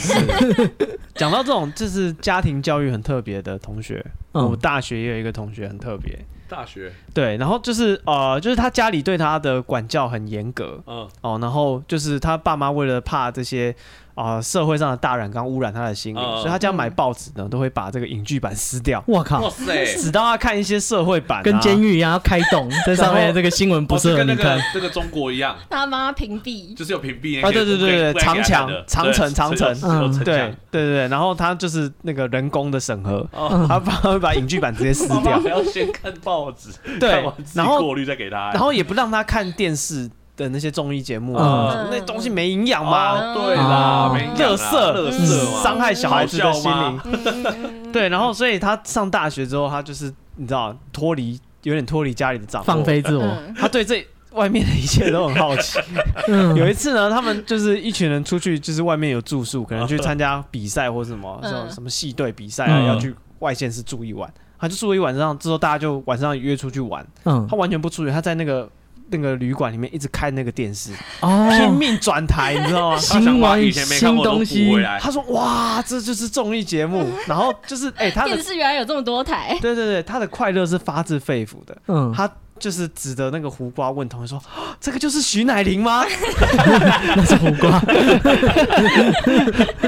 Speaker 1: 讲到这种就是家庭教育很特别的同学，
Speaker 2: 嗯
Speaker 1: 我大学也有一个同学很特别，
Speaker 4: 大学，
Speaker 1: 对，然后就是呃，就是他家里对他的管教很严格
Speaker 4: 嗯，
Speaker 1: 哦，然后就是他爸妈为了怕这些。啊、社会上的大染缸污染他的心灵，
Speaker 4: 嗯
Speaker 1: 所以他家买报纸呢，都会把这个影剧版撕掉，
Speaker 2: 我
Speaker 4: 哇
Speaker 2: 靠，
Speaker 4: 塞，
Speaker 1: 只让他看一些社会版、啊，
Speaker 2: 嗯跟监狱一样要开 动，这上面的这个新闻不
Speaker 4: 哦
Speaker 2: 适
Speaker 4: 是
Speaker 2: 合
Speaker 4: 跟
Speaker 2: 你
Speaker 4: 那
Speaker 2: 看
Speaker 4: 个。这个中国一样，
Speaker 5: 他帮他屏蔽，
Speaker 4: 就是有屏蔽那
Speaker 1: 啊对
Speaker 4: 些
Speaker 1: 对对对
Speaker 4: 不可以不可以
Speaker 1: 长
Speaker 4: 给他
Speaker 1: 墙
Speaker 4: 看的
Speaker 1: 长城
Speaker 4: 对
Speaker 1: 长城
Speaker 4: 是有有 城
Speaker 1: 对
Speaker 4: 墙
Speaker 1: 对对对，然后他就是那个人工的审核，
Speaker 4: 哦
Speaker 1: 他把他会把影剧版直接撕
Speaker 4: 妈妈
Speaker 1: 掉
Speaker 4: 还，要先看报纸，看
Speaker 1: 对
Speaker 4: 完自，己
Speaker 1: 然后
Speaker 4: 过滤再给他，
Speaker 1: 然后也不让他看电视的那些综艺节目
Speaker 2: 嗯
Speaker 1: 啊，那东西没营养嘛，
Speaker 4: 啊对啦，
Speaker 2: 哦
Speaker 4: 没营养
Speaker 1: 垃
Speaker 4: 啦
Speaker 1: 圾
Speaker 4: 垃
Speaker 5: 嗯
Speaker 4: 圾嘛，
Speaker 1: 啊伤害小孩子的心
Speaker 4: 好笑
Speaker 1: 灵
Speaker 4: 吗，
Speaker 1: 对，然后所以他上大学之后，他就是你知道脱离有点脱离家里的掌握
Speaker 2: 放，飞自我，
Speaker 5: 嗯，
Speaker 1: 他对这。外面的一切都很好奇。
Speaker 2: 嗯
Speaker 1: 有一次呢，他们就是一群人出去，就是外面有住宿，可能去参加比赛或什么，
Speaker 5: 嗯
Speaker 1: 这种什么系队比赛啊，
Speaker 2: 嗯
Speaker 1: 要去外县市住一晚。他就住一晚上之后，大家就晚上约出去玩。
Speaker 2: 嗯
Speaker 1: 他，完全不出去，他在那个那个旅馆里面一直看那个电视，拼
Speaker 2: 哦，
Speaker 1: 命转台，你知 道吗？
Speaker 4: 他想
Speaker 2: 新
Speaker 4: 把
Speaker 2: 玩
Speaker 4: 以前没看
Speaker 2: 新
Speaker 4: 过的
Speaker 2: 东
Speaker 4: 都
Speaker 2: 西
Speaker 4: 补回来，
Speaker 1: 他说：“哇，这就是综艺节
Speaker 2: 嗯
Speaker 1: 目。”然后就是哎、他的
Speaker 5: 电视原来有这么多台，
Speaker 1: 对对对，他的快乐是发自肺腑的。
Speaker 2: 嗯，
Speaker 1: 他就是指着那个胡瓜问同学说啊：“这个就是徐乃麟吗
Speaker 2: 那是苦 瓜，？”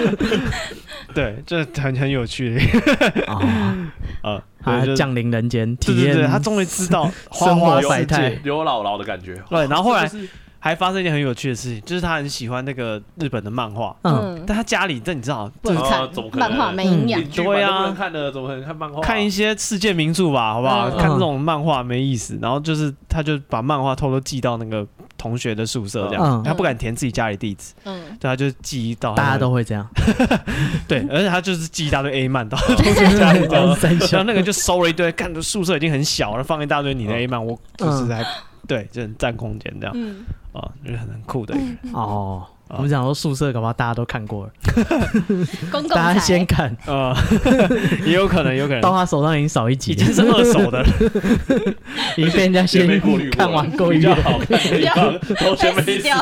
Speaker 1: 对，这很很有趣
Speaker 2: 哦
Speaker 1: 啊。
Speaker 2: 他
Speaker 1: 对就是
Speaker 2: 降临人间，
Speaker 1: 对
Speaker 2: 体
Speaker 1: 对对，
Speaker 2: 验
Speaker 1: 他终于知道花花
Speaker 2: 生活
Speaker 1: 世
Speaker 2: 百态
Speaker 1: 界。
Speaker 4: 有姥姥的感觉，
Speaker 1: 对，然后后来
Speaker 4: 就是
Speaker 1: 还发生一件很有趣的事情，就是他很喜欢那个日本的漫画，
Speaker 2: 嗯，
Speaker 1: 但他家里这你知道，
Speaker 5: 不能看
Speaker 4: 啊怎么可能
Speaker 5: 漫画没营养
Speaker 4: 邻，居
Speaker 1: 对
Speaker 4: 买
Speaker 1: 啊
Speaker 4: 都不能看的，怎么可能看漫画？啊
Speaker 1: 看一些世界名著吧，好不好？
Speaker 5: 嗯
Speaker 1: 看这种漫画没意思。然后就是他就把漫画偷偷寄到那个同学的宿舍，这样、
Speaker 2: 嗯
Speaker 1: 他不敢填自己家里地址，
Speaker 5: 嗯，
Speaker 1: 对，他就寄到他
Speaker 2: 大
Speaker 1: 那
Speaker 2: 家
Speaker 1: 个
Speaker 2: 都会这样，
Speaker 1: 对，而且他就是寄一 大堆 A 漫 到同学家里，这样
Speaker 2: 嗯三
Speaker 1: 然后
Speaker 2: 小，
Speaker 1: 那个就收了一堆，看宿舍已经很小了，放一大堆
Speaker 2: 嗯
Speaker 1: 你的 A 漫，我就是在、对，就很占空间这样
Speaker 5: 嗯，
Speaker 1: 啊，就是很酷的一个人
Speaker 2: 哦。我们想说宿舍，搞不好大家都看过了，
Speaker 5: 公共
Speaker 2: 大家先
Speaker 5: 财，
Speaker 2: 看，
Speaker 1: 啊， 也有可能，有可
Speaker 2: 到
Speaker 1: 能
Speaker 2: 他手上已经少一集
Speaker 1: 已，经是二手的了，
Speaker 2: 已经被人家
Speaker 4: 先
Speaker 2: 先
Speaker 4: 被过滤过
Speaker 2: 看完过
Speaker 4: 比
Speaker 2: 一
Speaker 4: 较
Speaker 2: 遍，
Speaker 4: 好看的地方，同学
Speaker 5: 被
Speaker 4: 没
Speaker 5: 撕掉，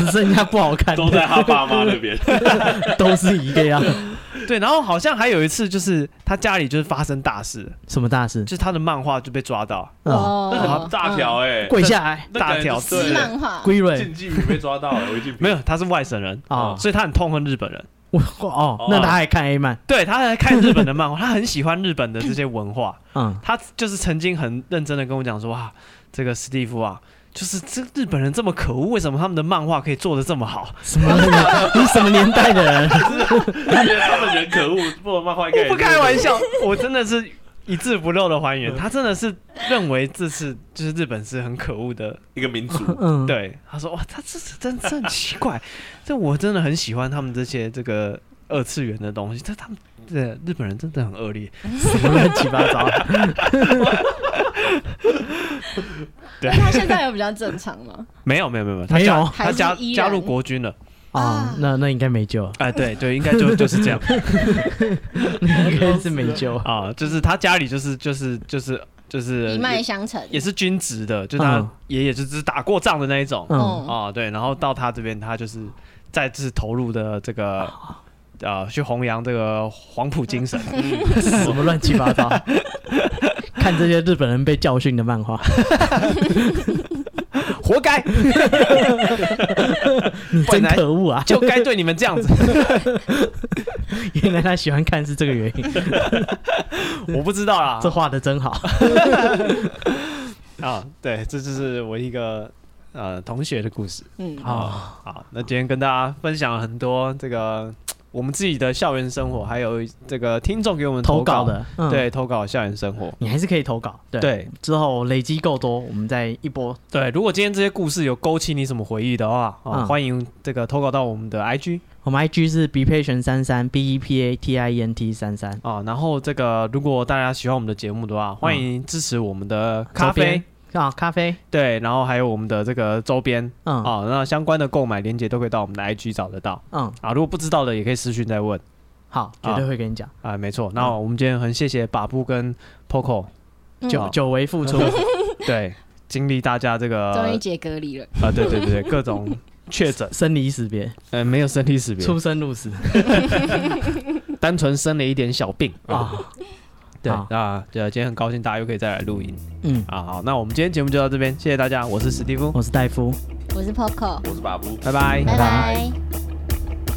Speaker 2: 只剩下不好看
Speaker 4: 都
Speaker 2: 的，
Speaker 4: 在他爸妈那 边。
Speaker 2: 都是一个样。
Speaker 1: 对，然后好像还有一次，就是他家里就是发生大事，
Speaker 2: 什么大事
Speaker 1: 就？是他的漫画就被抓到，
Speaker 2: 啊，
Speaker 5: 哦
Speaker 4: 那很大条哎，
Speaker 2: 跪下来，
Speaker 4: 那感觉
Speaker 1: 大条
Speaker 4: 对
Speaker 5: 撕嗯漫画，
Speaker 2: 归瑞
Speaker 4: 禁忌鱼被抓到了，违禁品
Speaker 1: 没有，他是外省人，
Speaker 2: 啊，
Speaker 1: 所以他很痛恨日本人。
Speaker 2: 我哦，那他还看 A 漫，
Speaker 1: 对他还看日本的漫画，他很喜欢日本的这些文化。
Speaker 2: 嗯，
Speaker 1: 他就是曾经很认真的跟我讲说，哇，这个史蒂夫啊，就是这日本人这么可恶，为什么他们的漫画可以做的这么好？
Speaker 2: 什么年？你什么年代的人？
Speaker 4: 因为他们人可恶，不然漫画应该也
Speaker 1: 我
Speaker 4: 是
Speaker 1: 不开玩笑，我真的是一字不漏的还原。他真的是认为这是就是日本是很可恶的。
Speaker 4: 一个民族。
Speaker 2: 嗯，，
Speaker 1: 对，他说哇，他这是真真很奇怪，这我真的很喜欢他们这些这个二次元的东西，但他们。对日本人真的很恶劣，
Speaker 2: 什么乱七八糟？
Speaker 5: 那他现在有比较正常吗？
Speaker 1: 没有没有没有，他
Speaker 2: 没
Speaker 1: 加
Speaker 2: 有
Speaker 1: 他加
Speaker 5: 还是依然
Speaker 1: 加入国军了，
Speaker 2: 哦，那那应该没救了，
Speaker 1: 哎、对对，应该就就是这样
Speaker 2: 应该是没救。
Speaker 1: 啊，就是他家里就是就是就是
Speaker 4: 呃
Speaker 1: 就是
Speaker 5: 一脉相承，
Speaker 1: 也是军职的，就他
Speaker 2: 嗯
Speaker 1: 爷爷就是打过仗的那一种，
Speaker 2: 嗯，
Speaker 1: 哦，对，然后到他这边，他就是再次投入的这个。呃，去弘扬这个黄埔精神，
Speaker 2: 嗯什么乱七八糟？看这些日本人被教训的漫画，
Speaker 1: 嗯 活 该，
Speaker 2: 你真
Speaker 1: 本来
Speaker 2: 可恶啊！
Speaker 1: 就该对你们这样子。
Speaker 2: 原来他喜欢看是这个原因，
Speaker 1: 我不知道啦
Speaker 2: 这，画的真好。
Speaker 1: 啊，对，这就是我一个呃同学的故事。
Speaker 5: 嗯，
Speaker 2: 啊，
Speaker 1: 好，那今天跟大家分享了很多这个我们自己的校园生活，还有这个听众给我们
Speaker 2: 投
Speaker 1: 稿
Speaker 2: 稿，的，嗯，
Speaker 1: 对，投稿校园生活。
Speaker 2: 你还是可以投稿。对，
Speaker 1: 对
Speaker 2: 之后累积够多，我们再一波。
Speaker 1: 对，如果今天这些故事有勾起你什么回忆的话，啊，
Speaker 2: 嗯
Speaker 1: 欢迎这个投稿到我们的 IG
Speaker 2: 我们 IG 是 be patient 三三 b e p a t i e n t 三三，
Speaker 1: 啊，然后这个如果大家喜欢我们的节目的话，欢迎支持我们的咖
Speaker 2: 嗯周
Speaker 1: 啡
Speaker 2: 边，啊，咖啡，
Speaker 1: 对，然后还有我们的这个周边
Speaker 2: 嗯
Speaker 1: 啊，那相关的购买链接都可以到我们的 IG 找得到
Speaker 2: 嗯，
Speaker 1: 啊。如果不知道的也可以私讯再问
Speaker 2: 好，哦绝对会跟你讲，
Speaker 1: 啊，没错。
Speaker 2: 嗯
Speaker 1: 那我们今天很谢谢把布跟 Poco，
Speaker 5: 嗯
Speaker 2: 久
Speaker 1: 好
Speaker 2: 久违复 出，
Speaker 1: 对，经历大家这个
Speaker 5: 终于解隔离了，
Speaker 1: 啊，对对对对，各种确诊，
Speaker 2: 生离死别，
Speaker 1: 呃，没有身体识别，
Speaker 2: 出生入死
Speaker 1: 单纯生了一点小病啊。
Speaker 2: 啊，
Speaker 1: 对
Speaker 2: 好
Speaker 1: 啊，对，今天很高兴大家又可以再来录音
Speaker 2: 嗯，
Speaker 1: 啊。好，那我们今天节目就到这边，谢谢大家，我是史蒂夫，
Speaker 2: 我是戴夫。
Speaker 5: 我是 Poco，
Speaker 4: 我是巴布，
Speaker 1: 拜拜。
Speaker 5: 拜拜。